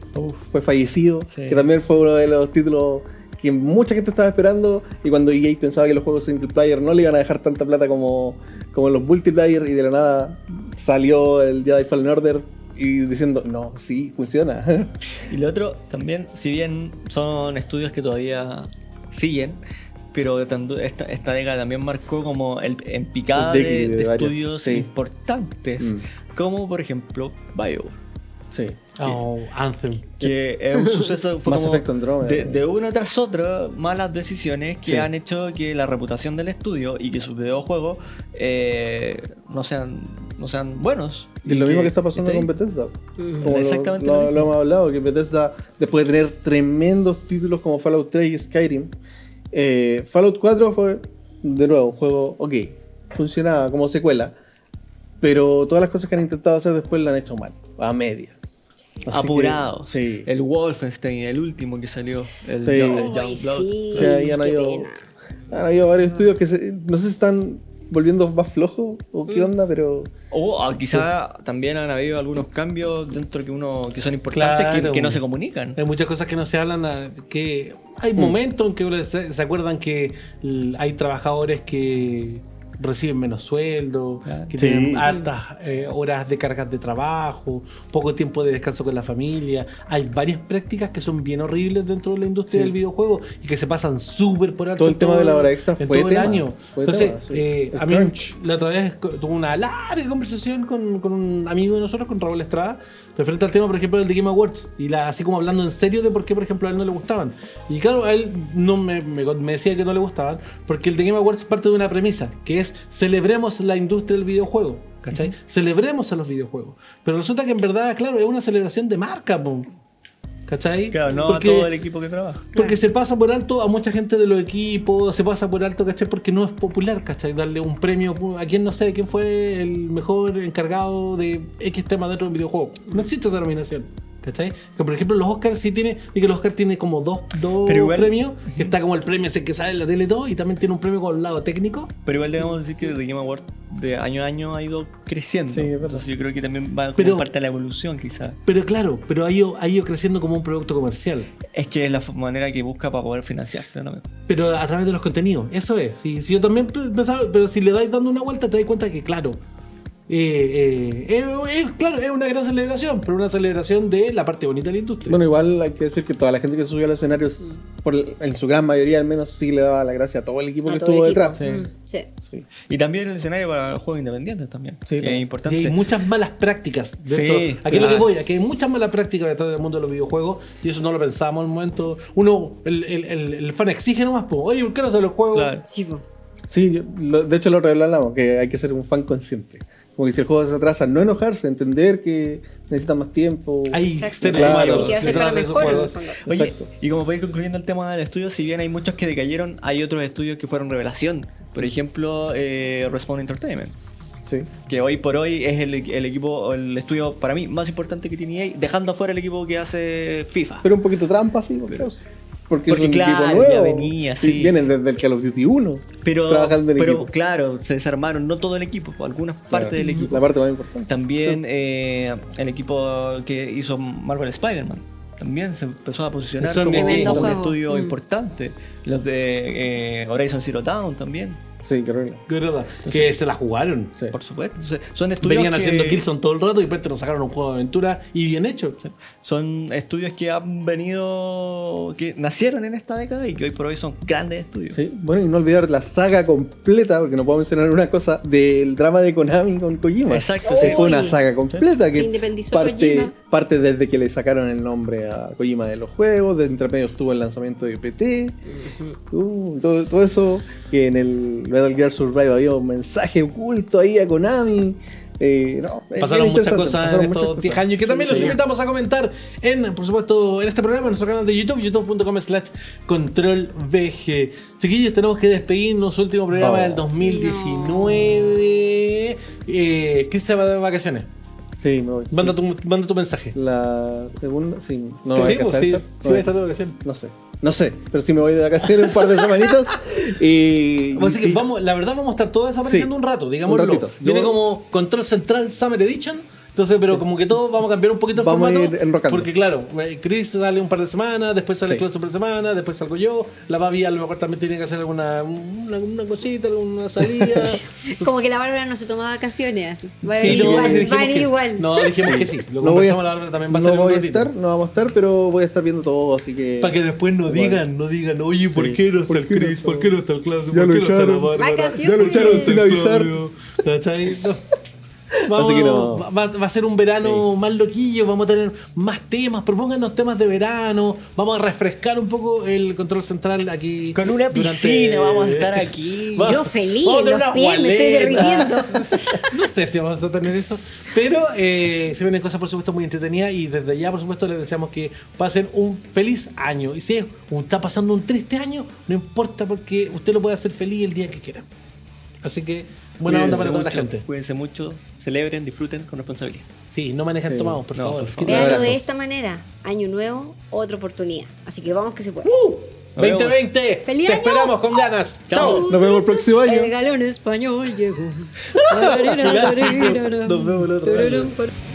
Speaker 2: fue fallecido,
Speaker 4: Sí.
Speaker 2: que también fue uno de los títulos que mucha gente estaba esperando y cuando EA pensaba que los juegos single player no le iban a dejar tanta plata como, como los multiplayer y de la nada salió el Jedi Fallen Order y diciendo, no, sí, funciona.
Speaker 4: Y lo otro también, si bien son estudios que todavía siguen, pero tanto- esta, esta década también marcó como el, en picada
Speaker 2: El
Speaker 4: de,
Speaker 2: declive de
Speaker 4: de
Speaker 2: varios,
Speaker 4: estudios
Speaker 2: sí. Mm.
Speaker 4: importantes, como por ejemplo Bio,
Speaker 2: sí.
Speaker 1: Oh, Anthem.
Speaker 4: que es un suceso fue
Speaker 2: Eh, Mass
Speaker 4: como
Speaker 2: Effect Andromeda.
Speaker 4: de, de una tras otra malas decisiones que
Speaker 2: Sí.
Speaker 4: han hecho que la reputación del estudio y que sus videojuegos eh, no sean no sean buenos.
Speaker 2: Y es lo mismo que está pasando
Speaker 4: esté
Speaker 2: con
Speaker 4: ahí.
Speaker 2: Bethesda.
Speaker 3: Mm.
Speaker 2: Como lo-
Speaker 4: Exactamente
Speaker 2: lo,
Speaker 4: lo mismo.
Speaker 2: lo hemos hablado, que Bethesda, después de tener tremendos títulos como Fallout 3 y Skyrim, eh, Fallout 4 fue, de nuevo, un juego, ok, funcionaba como secuela, pero todas las cosas que han intentado hacer después la han hecho mal, a medias. Así que,
Speaker 4: apurados.
Speaker 2: sí.
Speaker 4: El Wolfenstein, el último que salió. El,
Speaker 2: Sí.
Speaker 4: Yo- el
Speaker 2: Ay,
Speaker 3: Ay,
Speaker 4: Youngblood.
Speaker 3: sí,
Speaker 2: O sea, ya no
Speaker 3: qué
Speaker 2: hay-
Speaker 3: pena.
Speaker 2: Han habido varios estudios que se- no sé si están volviendo más flojos o qué onda, pero...
Speaker 4: O ah, quizá también han habido algunos cambios dentro que uno que son importantes que-
Speaker 1: Claro.
Speaker 4: que, no se comunican.
Speaker 2: Eh,
Speaker 4: Mm.
Speaker 1: Hay muchas cosas que no se hablan, ah, que hay momentos en que uno se, se acuerdan que l- hay trabajadores que reciben menos sueldo,
Speaker 4: Claro.
Speaker 1: que
Speaker 2: Sí.
Speaker 1: tienen hartas eh, horas de cargas de trabajo, poco tiempo de descanso con la familia. Hay varias prácticas que son bien horribles dentro de la industria
Speaker 2: Sí.
Speaker 1: del videojuego y que se pasan súper por alto.
Speaker 2: Todo el
Speaker 1: en
Speaker 2: tema de la hora extra
Speaker 1: en
Speaker 2: fue
Speaker 1: todo
Speaker 2: tema,
Speaker 1: el año.
Speaker 2: fue
Speaker 1: Entonces,
Speaker 2: tema, sí.
Speaker 1: eh,
Speaker 2: El
Speaker 1: a mí
Speaker 2: crunch.
Speaker 1: la otra vez co- tuve una larga conversación con, con un amigo de nosotros, con Raúl Estrada, referente al tema, por ejemplo, del The Game Awards. Y la, así como hablando en serio de por qué, por ejemplo, a él no le gustaban. Y claro, a él no me, me- me decía que no le gustaban, porque el The Game Awards parte de una premisa, que es es celebremos la industria del videojuego. ¿Cachai? Celebremos a los videojuegos. Pero resulta que en verdad, claro, es una celebración de marca, po. ¿cachai?
Speaker 4: Claro, no
Speaker 1: Porque-
Speaker 4: a todo el equipo que trabaja.
Speaker 1: porque se pasa por alto a mucha gente de los equipos, se pasa por alto, ¿cachai? Porque no es popular, ¿cachai? Darle un premio a quien no sé quién fue el mejor encargado de X tema dentro de un videojuego.
Speaker 4: Mm.
Speaker 1: No existe esa nominación. ¿Cachai? Que por ejemplo los Oscars sí tiene, y que los Oscars tiene como dos, dos
Speaker 4: Pero igual-
Speaker 1: premios, que está como el premio ese que sale en la tele y todo, y también tiene un premio con el lado técnico.
Speaker 4: Pero igual debemos decir que The Game Award de año a año ha ido creciendo.
Speaker 2: Sí, es verdad.
Speaker 4: Entonces yo creo que también va como
Speaker 1: Pero-
Speaker 4: parte de la evolución quizás.
Speaker 1: Pero claro, pero ha ido, ha ido creciendo como un producto comercial.
Speaker 4: Es que es la f- manera que busca para poder financiarse. ¿no?
Speaker 1: Pero a través de los contenidos, eso es. Si, si yo también pensaba, pero si le dais dando una vuelta, te das cuenta que, claro, eh, eh, es- es- claro, es una gran celebración, pero una celebración de la parte bonita de la industria.
Speaker 2: Bueno, igual hay que decir que toda la gente que subió al escenario, s- por, en su gran mayoría al menos, sí le daba la gracia a todo el equipo
Speaker 3: A
Speaker 2: que
Speaker 3: todo
Speaker 2: estuvo
Speaker 3: el equipo.
Speaker 2: detrás.
Speaker 3: Mm, sí.
Speaker 2: Sí.
Speaker 4: Y también el escenario para los juegos independientes también.
Speaker 2: Sí,
Speaker 4: que
Speaker 2: también.
Speaker 4: es
Speaker 1: y
Speaker 4: importante.
Speaker 1: hay muchas malas prácticas.
Speaker 4: Sí,
Speaker 1: dentro-
Speaker 4: sí,
Speaker 1: aquí es lo que
Speaker 4: ah.
Speaker 1: voy, aquí hay muchas malas prácticas detrás del mundo de los videojuegos y eso no lo pensamos en el momento. Uno, el, el- el- el fan exige nomás, po, oye, ¿por qué no se los juegos?
Speaker 4: Claro.
Speaker 3: Sí, po.
Speaker 2: Sí, yo- lo- de hecho lo otro día lo hablamos, que hay que ser un fan consciente. Como que si el juego se atrasa, no enojarse, entender que necesita más tiempo.
Speaker 1: Hay
Speaker 3: Exacto.
Speaker 1: seres
Speaker 2: Claro.
Speaker 1: humanos
Speaker 2: Y hacer
Speaker 1: detrás
Speaker 3: para
Speaker 1: de esos
Speaker 3: mejor, en el
Speaker 1: juegos.
Speaker 3: fondo.
Speaker 4: Oye,
Speaker 2: Exacto.
Speaker 4: y como para ir concluyendo el tema del estudio, si bien hay muchos que decayeron, hay otros estudios que fueron revelación. Por ejemplo, eh, Respawn Entertainment,
Speaker 2: Sí.
Speaker 4: que hoy por hoy es el, el equipo, el estudio para mí más importante que tiene EA, dejando afuera el equipo que hace FIFA.
Speaker 2: Pero un poquito trampa, sí, porque, porque
Speaker 4: Porque
Speaker 2: es un
Speaker 4: claro,
Speaker 2: equipo nuevo.
Speaker 4: ya venía, sí.
Speaker 2: Y vienen desde el Call of Duty 1.
Speaker 4: Pero,
Speaker 2: trabajando en
Speaker 4: pero
Speaker 2: equipo.
Speaker 4: claro, se desarmaron, no todo el equipo, algunas partes del equipo.
Speaker 2: La parte más importante.
Speaker 4: También eh, el equipo que hizo Marvel Spider-Man. También se empezó a posicionar
Speaker 1: Eso
Speaker 4: como
Speaker 1: mismo.
Speaker 4: un
Speaker 1: Tremendo
Speaker 4: un
Speaker 3: juego.
Speaker 4: estudio
Speaker 3: Mm.
Speaker 4: importante. Los de eh, Horizon Zero Dawn también,
Speaker 2: Sí, qué horrible.
Speaker 1: Que verdad, Que se la jugaron.
Speaker 2: Sí.
Speaker 4: por supuesto. Entonces, son estudios
Speaker 1: Venían
Speaker 4: que-
Speaker 1: haciendo Gilson todo el rato y de repente nos sacaron un juego de aventura y bien hecho.
Speaker 4: Son estudios que han venido, que nacieron en esta década y que hoy por hoy son grandes estudios.
Speaker 2: Sí, bueno, y no olvidar la saga completa, porque no puedo mencionar una cosa, del drama de Konami con Kojima.
Speaker 4: Exacto,
Speaker 2: Se
Speaker 4: sí.
Speaker 2: fue una saga completa
Speaker 3: Se
Speaker 2: que
Speaker 3: independizó
Speaker 2: parte,
Speaker 3: Kojima.
Speaker 2: parte desde que le sacaron el nombre a Kojima de los juegos, de entre medio estuvo el lanzamiento de PT, uh, todo, todo eso, que en el Metal Gear Survive había un mensaje oculto ahí a Konami. eh, no, es
Speaker 1: Pasaron
Speaker 2: bien
Speaker 1: muchas
Speaker 2: interesante,
Speaker 1: cosas en
Speaker 2: pasaron muchas
Speaker 1: estos
Speaker 2: cosas.
Speaker 1: 10 años que también
Speaker 3: Sí,
Speaker 1: los
Speaker 3: sí.
Speaker 1: invitamos a comentar en, por supuesto, en este programa, en nuestro canal de YouTube, youtube.com slash controlvg. Chiquillos, tenemos que despedirnos, último programa
Speaker 2: Vamos.
Speaker 1: del 2019. Eh, ¿Qué se va de vacaciones?
Speaker 2: Sí, me voy.
Speaker 1: Manda tu, manda tu mensaje.
Speaker 2: La segunda, sí, no
Speaker 1: sí,
Speaker 2: voy a
Speaker 1: pues,
Speaker 2: alcanzar
Speaker 1: sí,
Speaker 2: a estar.
Speaker 1: sí
Speaker 2: No
Speaker 1: voy a
Speaker 2: voy a
Speaker 1: estar de vacaciones.
Speaker 2: No sé, no sé, pero si me voy de vacaciones un par de semanitas y...
Speaker 1: Así
Speaker 2: y
Speaker 1: que
Speaker 2: sí.
Speaker 1: vamos, la verdad vamos a estar todos desapareciendo
Speaker 2: Sí.
Speaker 1: un rato, digámoslo.
Speaker 2: Un ratito. Yo-
Speaker 1: Viene como Control Central Summer Edition. Entonces, pero como que todos vamos a cambiar un poquito el
Speaker 2: Vamos a
Speaker 1: formato.
Speaker 2: ir enrocando.
Speaker 1: Porque claro, eh, Chris sale un par de semanas, después sale
Speaker 2: Sí.
Speaker 1: Klaus un par de semanas, después salgo yo, la Babi a lo mejor también tiene que hacer alguna una, una cosita, alguna salida.
Speaker 3: Como que la Bárbara no se toma vacaciones. así. Va a
Speaker 1: Sí,
Speaker 3: venir
Speaker 1: no, sí,
Speaker 3: igual. va a
Speaker 1: dijimos
Speaker 3: venir
Speaker 1: que-
Speaker 3: igual.
Speaker 1: No, dijimos que sí. Lo
Speaker 2: No voy a,
Speaker 1: conversamos la Bárbara también va a
Speaker 2: no
Speaker 1: ser un
Speaker 2: voy a
Speaker 1: ratito.
Speaker 2: estar, no vamos a estar, pero voy a estar viendo todo, así que...
Speaker 1: Para que después no
Speaker 2: Bueno.
Speaker 1: digan, no digan, oye, ¿por
Speaker 2: Sí.
Speaker 1: qué no está
Speaker 2: ¿Por
Speaker 1: el
Speaker 2: qué no
Speaker 1: Chris?
Speaker 2: está?
Speaker 1: ¿Por qué no está el Klaus? ¿Por
Speaker 2: Ya
Speaker 1: qué no
Speaker 2: lo
Speaker 1: está la
Speaker 2: echaron.
Speaker 1: Bárbara?
Speaker 3: Vacaciones. Ya lo echaron
Speaker 1: Sí,
Speaker 2: sin avisar.
Speaker 1: Claudio. ¿Cachai? No. Vamos,
Speaker 2: Así que no.
Speaker 1: va, va a ser un verano más loquillo, vamos a tener más temas, propónganos temas de verano, vamos a refrescar un poco el control central aquí.
Speaker 4: Con una
Speaker 1: durante-
Speaker 4: piscina vamos a estar aquí.
Speaker 1: Va-
Speaker 3: Yo feliz,
Speaker 1: vamos a tener
Speaker 3: los
Speaker 1: una
Speaker 3: pies me estoy
Speaker 1: gualeta.
Speaker 3: derritiendo.
Speaker 1: No sé si vamos a tener eso, pero eh, se vienen cosas, por supuesto, muy entretenidas. Y desde ya, por supuesto, les deseamos que pasen un feliz año. Y si es- está pasando un triste año, no importa, porque usted lo puede hacer feliz el día que quiera. Así que, buena
Speaker 4: Cuídense
Speaker 1: onda para toda la
Speaker 4: mucho,
Speaker 1: gente.
Speaker 4: Cuídense mucho, celebren, disfruten con responsabilidad.
Speaker 1: Sí, no manejan
Speaker 2: Sí.
Speaker 1: tomados, por
Speaker 4: No,
Speaker 1: favor.
Speaker 4: por favor.
Speaker 2: Vean-
Speaker 3: Veanlo
Speaker 2: abrazos.
Speaker 3: de esta manera. Año nuevo, otra oportunidad. Así que vamos que se puede.
Speaker 4: Nos vemos.
Speaker 1: 2020,
Speaker 3: ¡Feliz
Speaker 1: Uh, te
Speaker 3: año!
Speaker 1: esperamos con ganas.
Speaker 4: Chao.
Speaker 1: Chao.
Speaker 2: Nos vemos el próximo año.
Speaker 3: El galón español llegó.
Speaker 1: Nos vemos el otro año.